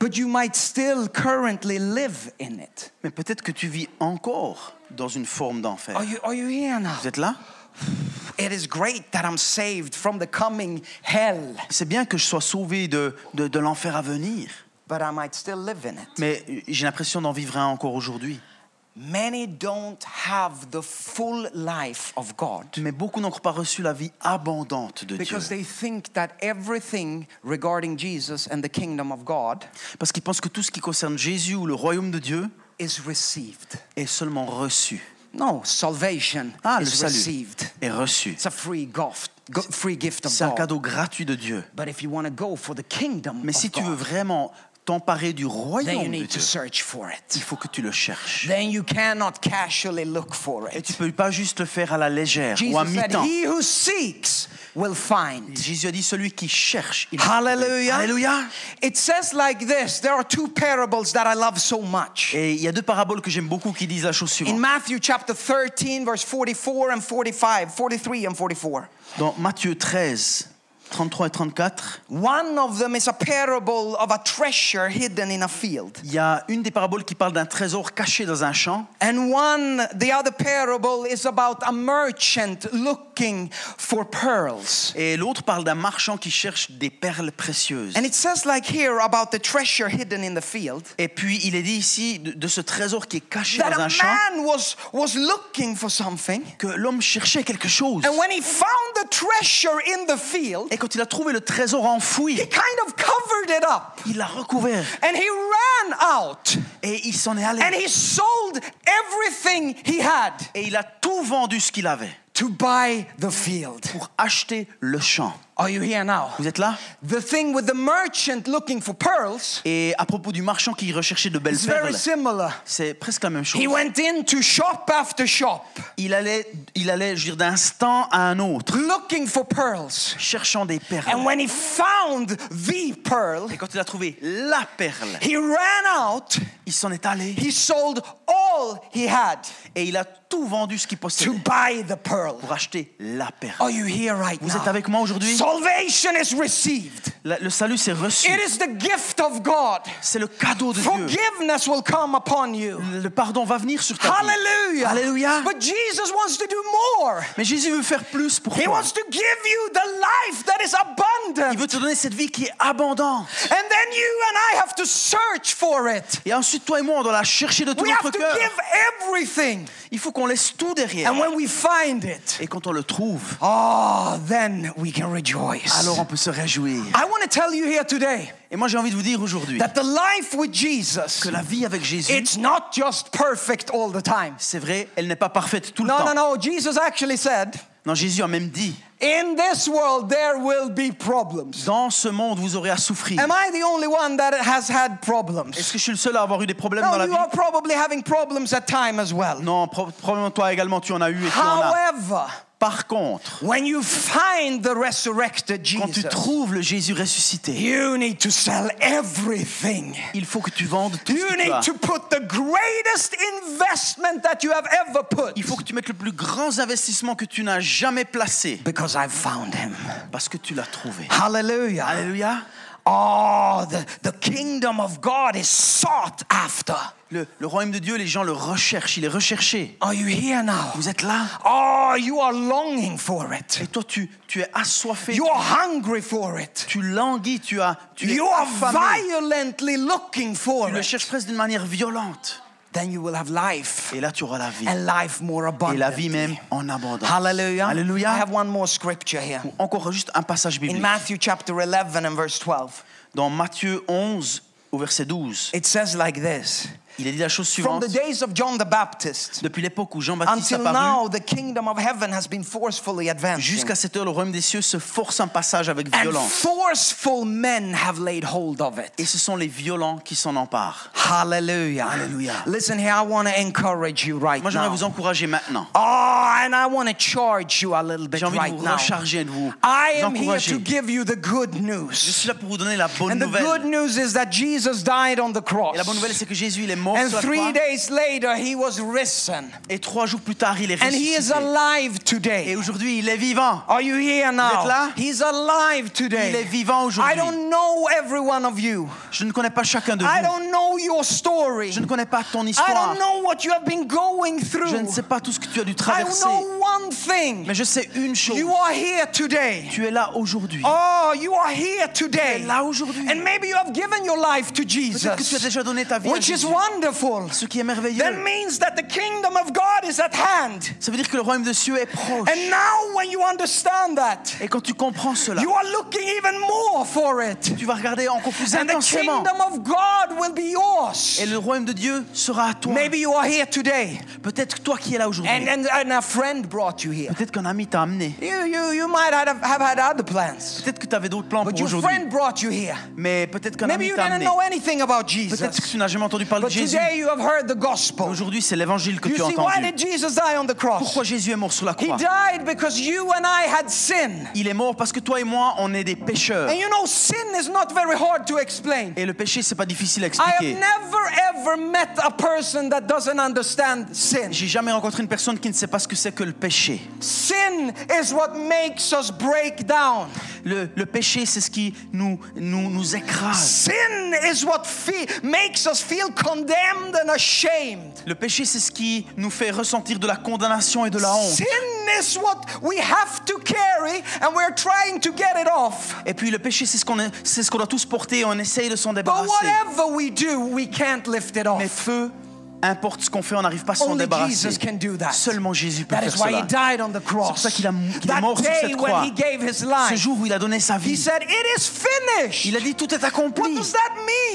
[SPEAKER 2] but you might still currently live in it.
[SPEAKER 3] Mais peut-être que tu vis encore dans une forme d'enfer.
[SPEAKER 2] Are you, are you here now?
[SPEAKER 3] Vous êtes là
[SPEAKER 2] It is great that I'm saved from the coming hell,
[SPEAKER 3] C'est bien que je sois sauvé de, de, de l'enfer à venir,
[SPEAKER 2] but I might still live in it.
[SPEAKER 3] mais euh, j'ai l'impression d'en vivre un encore aujourd'hui.
[SPEAKER 2] Many don't have the full life of God
[SPEAKER 3] Mais beaucoup n'ont pas reçu la vie abondante de Dieu.
[SPEAKER 2] because they think that everything regarding Jesus and the kingdom of God
[SPEAKER 3] Parce qu'ils pensent que tout ce qui concerne Jésus ou le royaume de Dieu
[SPEAKER 2] is received.
[SPEAKER 3] est seulement reçu.
[SPEAKER 2] No, salvation
[SPEAKER 3] Ah, le
[SPEAKER 2] is
[SPEAKER 3] salut
[SPEAKER 2] received.
[SPEAKER 3] est reçu.
[SPEAKER 2] It's a free gof- go- free gift of
[SPEAKER 3] C'est un
[SPEAKER 2] God.
[SPEAKER 3] cadeau gratuit de Dieu.
[SPEAKER 2] But if you want to go for the kingdom
[SPEAKER 3] Mais
[SPEAKER 2] of
[SPEAKER 3] si tu veux
[SPEAKER 2] God,
[SPEAKER 3] vraiment t'emparer du
[SPEAKER 2] then you
[SPEAKER 3] royaume de
[SPEAKER 2] need to
[SPEAKER 3] Dieu,
[SPEAKER 2] search for it.
[SPEAKER 3] il faut que tu le cherches.
[SPEAKER 2] Then you cannot casually look for
[SPEAKER 3] Et tu
[SPEAKER 2] it.
[SPEAKER 3] ne peux pas juste le faire à la légère ou à
[SPEAKER 2] Jesus said,
[SPEAKER 3] mi-temps.
[SPEAKER 2] He who seeks will find.
[SPEAKER 3] Jésus a dit celui qui cherche. il-
[SPEAKER 2] Hallelujah.
[SPEAKER 3] Alléluia.
[SPEAKER 2] It says like this there are two parables that I love so much.
[SPEAKER 3] Et il y a deux paraboles que j'aime beaucoup qui disent la chose
[SPEAKER 2] In
[SPEAKER 3] suivante.
[SPEAKER 2] Matthew chapter 13, verse 44 and 45, 43 and 44.
[SPEAKER 3] Dans Matthieu 13, 33 et 34,
[SPEAKER 2] One of them is a parable of a treasure hidden in a field.
[SPEAKER 3] il y a une des paraboles qui parle d'un trésor caché dans un champ.
[SPEAKER 2] And one, the other parable is about a merchant looking for pearls.
[SPEAKER 3] Et l'autre parle d'un marchand qui cherche des perles précieuses.
[SPEAKER 2] And it says like here about the treasure hidden in the field
[SPEAKER 3] Et puis il est dit ici de, de ce trésor qui est caché
[SPEAKER 2] that
[SPEAKER 3] dans un
[SPEAKER 2] a
[SPEAKER 3] champ
[SPEAKER 2] man was, was looking for something.
[SPEAKER 3] que l'homme cherchait quelque chose.
[SPEAKER 2] And when he found the treasure in the field,
[SPEAKER 3] Et quand il a trouvé le trésor enfoui,
[SPEAKER 2] he kind of covered it up.
[SPEAKER 3] il l'a recouvert
[SPEAKER 2] And he ran out
[SPEAKER 3] et il s'en est
[SPEAKER 2] and
[SPEAKER 3] allé.
[SPEAKER 2] he sold everything he had
[SPEAKER 3] Et il a tout vendu ce qu'il avait
[SPEAKER 2] to buy the field.
[SPEAKER 3] pour acheter le champ.
[SPEAKER 2] Are you here now?
[SPEAKER 3] Vous êtes là
[SPEAKER 2] The thing with the merchant looking for pearls
[SPEAKER 3] Et à propos du marchand qui recherchait de belles
[SPEAKER 2] is very
[SPEAKER 3] perles,
[SPEAKER 2] similar.
[SPEAKER 3] c'est presque la même chose.
[SPEAKER 2] He went into shop after shop
[SPEAKER 3] Il allait, il allait, je veux dire, d'un stand à un autre,
[SPEAKER 2] looking for pearls.
[SPEAKER 3] cherchant des
[SPEAKER 2] And
[SPEAKER 3] perles.
[SPEAKER 2] when he found the pearl,
[SPEAKER 3] Et quand il a trouvé la perle,
[SPEAKER 2] he ran out.
[SPEAKER 3] il s'en est allé
[SPEAKER 2] He sold all he had
[SPEAKER 3] et il a tout vendu ce qu'il
[SPEAKER 2] to
[SPEAKER 3] possédait
[SPEAKER 2] buy the pearl.
[SPEAKER 3] pour acheter la perle.
[SPEAKER 2] Are you here right
[SPEAKER 3] Vous êtes
[SPEAKER 2] now?
[SPEAKER 3] avec moi aujourd'hui
[SPEAKER 2] Salvation is received.
[SPEAKER 3] La- Le salut c'est reçu.
[SPEAKER 2] It is the gift of God.
[SPEAKER 3] C'est le cadeau de Dieu.
[SPEAKER 2] Forgiveness will come upon you.
[SPEAKER 3] Le pardon va venir sur ta vie.
[SPEAKER 2] Hallelujah.
[SPEAKER 3] Hallelujah.
[SPEAKER 2] But Jesus wants to do more.
[SPEAKER 3] Mais Jésus veut faire plus pour
[SPEAKER 2] He
[SPEAKER 3] toi.
[SPEAKER 2] wants to give you the life that is
[SPEAKER 3] Il
[SPEAKER 2] abundant.
[SPEAKER 3] veut te donner cette vie qui est abondante.
[SPEAKER 2] And then you and I have to search for it.
[SPEAKER 3] Et ensuite, toi et moi, on doit la chercher de tout
[SPEAKER 2] We have
[SPEAKER 3] notre
[SPEAKER 2] to
[SPEAKER 3] cœur.
[SPEAKER 2] give everything.
[SPEAKER 3] Il faut qu'on laisse tout derrière.
[SPEAKER 2] And when we find it,
[SPEAKER 3] Et quand on le trouve,
[SPEAKER 2] oh, then we can rejoice.
[SPEAKER 3] alors on peut se réjouir.
[SPEAKER 2] I want to tell you here today
[SPEAKER 3] Et moi, j'ai envie de vous dire aujourd'hui
[SPEAKER 2] that the life with Jesus,
[SPEAKER 3] que la vie avec Jésus,
[SPEAKER 2] it's not just perfect all the time.
[SPEAKER 3] c'est vrai, elle n'est pas parfaite tout le
[SPEAKER 2] No,
[SPEAKER 3] temps.
[SPEAKER 2] no, no. Jesus actually said,
[SPEAKER 3] Non, Jésus a même dit,
[SPEAKER 2] in this world there will be problems.
[SPEAKER 3] dans ce monde, vous aurez à souffrir.
[SPEAKER 2] Am I the only one that has had
[SPEAKER 3] Est-ce
[SPEAKER 2] problems?
[SPEAKER 3] que je suis le seul à avoir eu des problèmes dans
[SPEAKER 2] No,
[SPEAKER 3] la
[SPEAKER 2] you
[SPEAKER 3] vie
[SPEAKER 2] are probably having problems at time as well.
[SPEAKER 3] Non, pro- probablement toi également, tu en as eu et tu en as.
[SPEAKER 2] However,
[SPEAKER 3] Par contre,
[SPEAKER 2] when you find the resurrected
[SPEAKER 3] quand tu
[SPEAKER 2] Jesus,
[SPEAKER 3] trouves le Jésus ressuscité,
[SPEAKER 2] you need to sell everything.
[SPEAKER 3] il faut que tu vendes tout ce
[SPEAKER 2] You
[SPEAKER 3] que tu
[SPEAKER 2] need
[SPEAKER 3] as.
[SPEAKER 2] to put the greatest investment that you have ever put.
[SPEAKER 3] Il faut que tu mettes le plus grand investissement que tu n'as jamais placé
[SPEAKER 2] Because I've found him.
[SPEAKER 3] parce que tu l'as trouvé.
[SPEAKER 2] Hallelujah.
[SPEAKER 3] Alléluia.
[SPEAKER 2] Oh, the, the kingdom of God is sought after.
[SPEAKER 3] Le, le royaume de Dieu, les gens le recherchent, il est recherché.
[SPEAKER 2] Are you here now?
[SPEAKER 3] Vous êtes là
[SPEAKER 2] Oh, you are longing for it.
[SPEAKER 3] et toi, tu, tu es assoiffé,
[SPEAKER 2] You are hungry for it.
[SPEAKER 3] tu languis, tu as, tu es
[SPEAKER 2] you are
[SPEAKER 3] affamé.
[SPEAKER 2] violently looking for
[SPEAKER 3] Tu le
[SPEAKER 2] it,
[SPEAKER 3] cherches presque d'une manière violente.
[SPEAKER 2] then you will have life
[SPEAKER 3] Et là, tu auras la vie.
[SPEAKER 2] and life more
[SPEAKER 3] Et la vie
[SPEAKER 2] abundant.
[SPEAKER 3] même en abondance.
[SPEAKER 2] Hallelujah. I
[SPEAKER 3] Alléluia.
[SPEAKER 2] have one more scripture here.
[SPEAKER 3] Encore juste un passage
[SPEAKER 2] In
[SPEAKER 3] biblique.
[SPEAKER 2] Matthew chapter 11 and verse 12,
[SPEAKER 3] Dans Matthieu 11, au verset 12,
[SPEAKER 2] it says like this
[SPEAKER 3] il est dit la chose
[SPEAKER 2] From
[SPEAKER 3] suivante.
[SPEAKER 2] the days of John the Baptist
[SPEAKER 3] Depuis l'époque où Jean-Baptiste
[SPEAKER 2] until
[SPEAKER 3] apparut,
[SPEAKER 2] now, the kingdom of heaven has been forcefully advanced.
[SPEAKER 3] jusqu'à cette heure, le royaume des cieux se force un passage avec
[SPEAKER 2] And
[SPEAKER 3] violence.
[SPEAKER 2] forceful men have laid hold of
[SPEAKER 3] Et
[SPEAKER 2] it.
[SPEAKER 3] ce sont les violents qui s'en emparent.
[SPEAKER 2] Hallelujah.
[SPEAKER 3] Hallelujah.
[SPEAKER 2] Listen here, I want to encourage you right
[SPEAKER 3] Moi, j'aimerais vous
[SPEAKER 2] now.
[SPEAKER 3] encourager maintenant.
[SPEAKER 2] Oh, and I want to charge you a little bit
[SPEAKER 3] J'ai envie de
[SPEAKER 2] right
[SPEAKER 3] vous
[SPEAKER 2] now.
[SPEAKER 3] recharger, de vous
[SPEAKER 2] I am here to
[SPEAKER 3] encourager.
[SPEAKER 2] give you the good
[SPEAKER 3] Je
[SPEAKER 2] news.
[SPEAKER 3] suis là pour vous donner la bonne
[SPEAKER 2] And the good
[SPEAKER 3] nouvelle.
[SPEAKER 2] news is that Jesus died on the
[SPEAKER 3] Et la bonne nouvelle,
[SPEAKER 2] cross.
[SPEAKER 3] c'est que Jésus, il est mort
[SPEAKER 2] And
[SPEAKER 3] sur la
[SPEAKER 2] three
[SPEAKER 3] croix.
[SPEAKER 2] days later, he was risen.
[SPEAKER 3] Et trois jours plus tard, il est
[SPEAKER 2] And he is
[SPEAKER 3] ressuscité.
[SPEAKER 2] alive
[SPEAKER 3] Et
[SPEAKER 2] today.
[SPEAKER 3] aujourd'hui, il est vivant.
[SPEAKER 2] Are you here
[SPEAKER 3] Vous êtes
[SPEAKER 2] now?
[SPEAKER 3] là?
[SPEAKER 2] He's alive
[SPEAKER 3] Il est
[SPEAKER 2] today.
[SPEAKER 3] vivant
[SPEAKER 2] I
[SPEAKER 3] aujourd'hui.
[SPEAKER 2] don't know every one of you.
[SPEAKER 3] Je ne connais pas chacun de
[SPEAKER 2] I
[SPEAKER 3] vous.
[SPEAKER 2] don't know your story.
[SPEAKER 3] Je ne connais pas ton
[SPEAKER 2] I
[SPEAKER 3] histoire.
[SPEAKER 2] don't know what you have been going
[SPEAKER 3] Je ne
[SPEAKER 2] through.
[SPEAKER 3] sais pas tout ce que tu as dû
[SPEAKER 2] I
[SPEAKER 3] traverser.
[SPEAKER 2] know one thing.
[SPEAKER 3] Mais je sais une chose.
[SPEAKER 2] You are here today.
[SPEAKER 3] Tu es là aujourd'hui.
[SPEAKER 2] Oh, you are here
[SPEAKER 3] Tu es
[SPEAKER 2] today.
[SPEAKER 3] là aujourd'hui.
[SPEAKER 2] And maybe you have given your life to
[SPEAKER 3] Peut-être que tu
[SPEAKER 2] Jesus.
[SPEAKER 3] as déjà donné ta vie à
[SPEAKER 2] Which is
[SPEAKER 3] Jésus.
[SPEAKER 2] wonderful.
[SPEAKER 3] Ce qui est
[SPEAKER 2] That
[SPEAKER 3] merveilleux,
[SPEAKER 2] means that the kingdom of God is at hand.
[SPEAKER 3] ça veut dire que le royaume de Dieu est proche.
[SPEAKER 2] And now, when you understand that,
[SPEAKER 3] Et quand tu comprends cela,
[SPEAKER 2] you are looking even more for it.
[SPEAKER 3] tu vas regarder encore plus
[SPEAKER 2] And the
[SPEAKER 3] intensément.
[SPEAKER 2] kingdom of God will be yours.
[SPEAKER 3] Et le royaume de Dieu sera à toi.
[SPEAKER 2] Maybe you are here today,
[SPEAKER 3] Peut-être que toi qui es là aujourd'hui.
[SPEAKER 2] and, and, and a friend brought you here.
[SPEAKER 3] Peut-être qu'un ami t'a amené.
[SPEAKER 2] You, you, you might have, have had other plans,
[SPEAKER 3] Peut-être que tu avais d'autres plans
[SPEAKER 2] but
[SPEAKER 3] pour
[SPEAKER 2] your
[SPEAKER 3] aujourd'hui.
[SPEAKER 2] friend brought you here.
[SPEAKER 3] Mais peut-être qu'un
[SPEAKER 2] Maybe
[SPEAKER 3] ami
[SPEAKER 2] you
[SPEAKER 3] t'a
[SPEAKER 2] didn't
[SPEAKER 3] amené.
[SPEAKER 2] know anything about
[SPEAKER 3] Peut-être que
[SPEAKER 2] Jesus,
[SPEAKER 3] tu n'as jamais entendu parler de
[SPEAKER 2] but
[SPEAKER 3] Jésus.
[SPEAKER 2] today you have heard the gospel.
[SPEAKER 3] Aujourd'hui, c'est l'évangile que
[SPEAKER 2] You
[SPEAKER 3] tu as
[SPEAKER 2] see, why did
[SPEAKER 3] entendu.
[SPEAKER 2] Jesus die on the cross?
[SPEAKER 3] Pourquoi Jésus est mort sur la
[SPEAKER 2] He
[SPEAKER 3] croix
[SPEAKER 2] died because you and I had sin.
[SPEAKER 3] Il est mort parce que toi et moi, on est des pécheurs.
[SPEAKER 2] And you know, sin is not very hard to explain.
[SPEAKER 3] Et le péché, c'est pas difficile à
[SPEAKER 2] I have
[SPEAKER 3] expliquer.
[SPEAKER 2] never ever met a person that doesn't understand sin.
[SPEAKER 3] J'ai jamais rencontré une personne qui ne sait pas ce que c'est que le péché.
[SPEAKER 2] Sin is what makes us break down.
[SPEAKER 3] Le, le péché, c'est ce qui nous, nous, nous écrase.
[SPEAKER 2] Sin is what fe- makes us feel condemned and ashamed.
[SPEAKER 3] Le péché, c'est ce qui nous fait ressentir de la condamnation et de la honte.
[SPEAKER 2] Sin is what we have to carry and we're trying to get it off.
[SPEAKER 3] Et puis le péché, c'est ce qu'on est- c'est ce qu'on doit tous porter. On essaye de s'en
[SPEAKER 2] But
[SPEAKER 3] débarrasser.
[SPEAKER 2] whatever we do, we can't lift it
[SPEAKER 3] Mais
[SPEAKER 2] off.
[SPEAKER 3] peu importe ce qu'on fait, on n'arrive pas à s'en
[SPEAKER 2] Only
[SPEAKER 3] débarrasser.
[SPEAKER 2] Jesus can do that.
[SPEAKER 3] Seulement Jésus peut
[SPEAKER 2] That
[SPEAKER 3] faire
[SPEAKER 2] is why
[SPEAKER 3] cela.
[SPEAKER 2] he died on the cross.
[SPEAKER 3] C'est pour ça qu'il a mou- qu'il est
[SPEAKER 2] That
[SPEAKER 3] mort sur
[SPEAKER 2] day
[SPEAKER 3] cette
[SPEAKER 2] when
[SPEAKER 3] croix.
[SPEAKER 2] he gave his
[SPEAKER 3] Ce
[SPEAKER 2] life,
[SPEAKER 3] jour où il a donné sa
[SPEAKER 2] he
[SPEAKER 3] vie,
[SPEAKER 2] said, It is
[SPEAKER 3] il
[SPEAKER 2] finished.
[SPEAKER 3] a dit tout est
[SPEAKER 2] What
[SPEAKER 3] accompli.
[SPEAKER 2] does that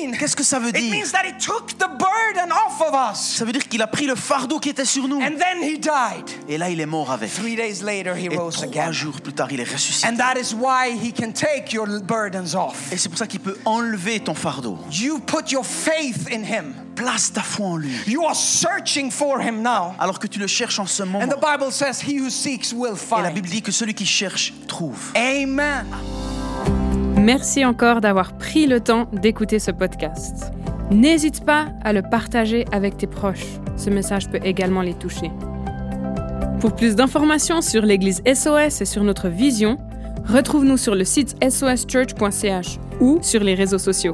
[SPEAKER 2] mean?
[SPEAKER 3] Qu'est-ce que ça veut
[SPEAKER 2] It
[SPEAKER 3] dire
[SPEAKER 2] means that he took the burden off of us.
[SPEAKER 3] Ça veut dire qu'il a pris le fardeau qui était sur nous.
[SPEAKER 2] And then he died.
[SPEAKER 3] Et là, il est mort avec.
[SPEAKER 2] Three days later, he
[SPEAKER 3] Et
[SPEAKER 2] rose
[SPEAKER 3] trois
[SPEAKER 2] again.
[SPEAKER 3] jours plus tard, il est ressuscité.
[SPEAKER 2] And that is why he can take your burdens off.
[SPEAKER 3] Et c'est pour ça qu'il peut enlever ton fardeau.
[SPEAKER 2] You put your faith in him.
[SPEAKER 3] Place ta foi en lui,
[SPEAKER 2] You are searching for him now.
[SPEAKER 3] alors que tu le cherches en ce moment.
[SPEAKER 2] And the Bible says, He who seeks will
[SPEAKER 3] Et la
[SPEAKER 2] find.
[SPEAKER 3] Bible dit que celui qui cherche trouve.
[SPEAKER 2] Amen.
[SPEAKER 1] Merci encore d'avoir pris le temps d'écouter ce podcast. N'hésite pas à le partager avec tes proches. Ce message peut également les toucher. Pour plus d'informations sur l'Église SOS et sur notre vision, retrouve-nous sur le site soschurch.ch ou sur les réseaux sociaux.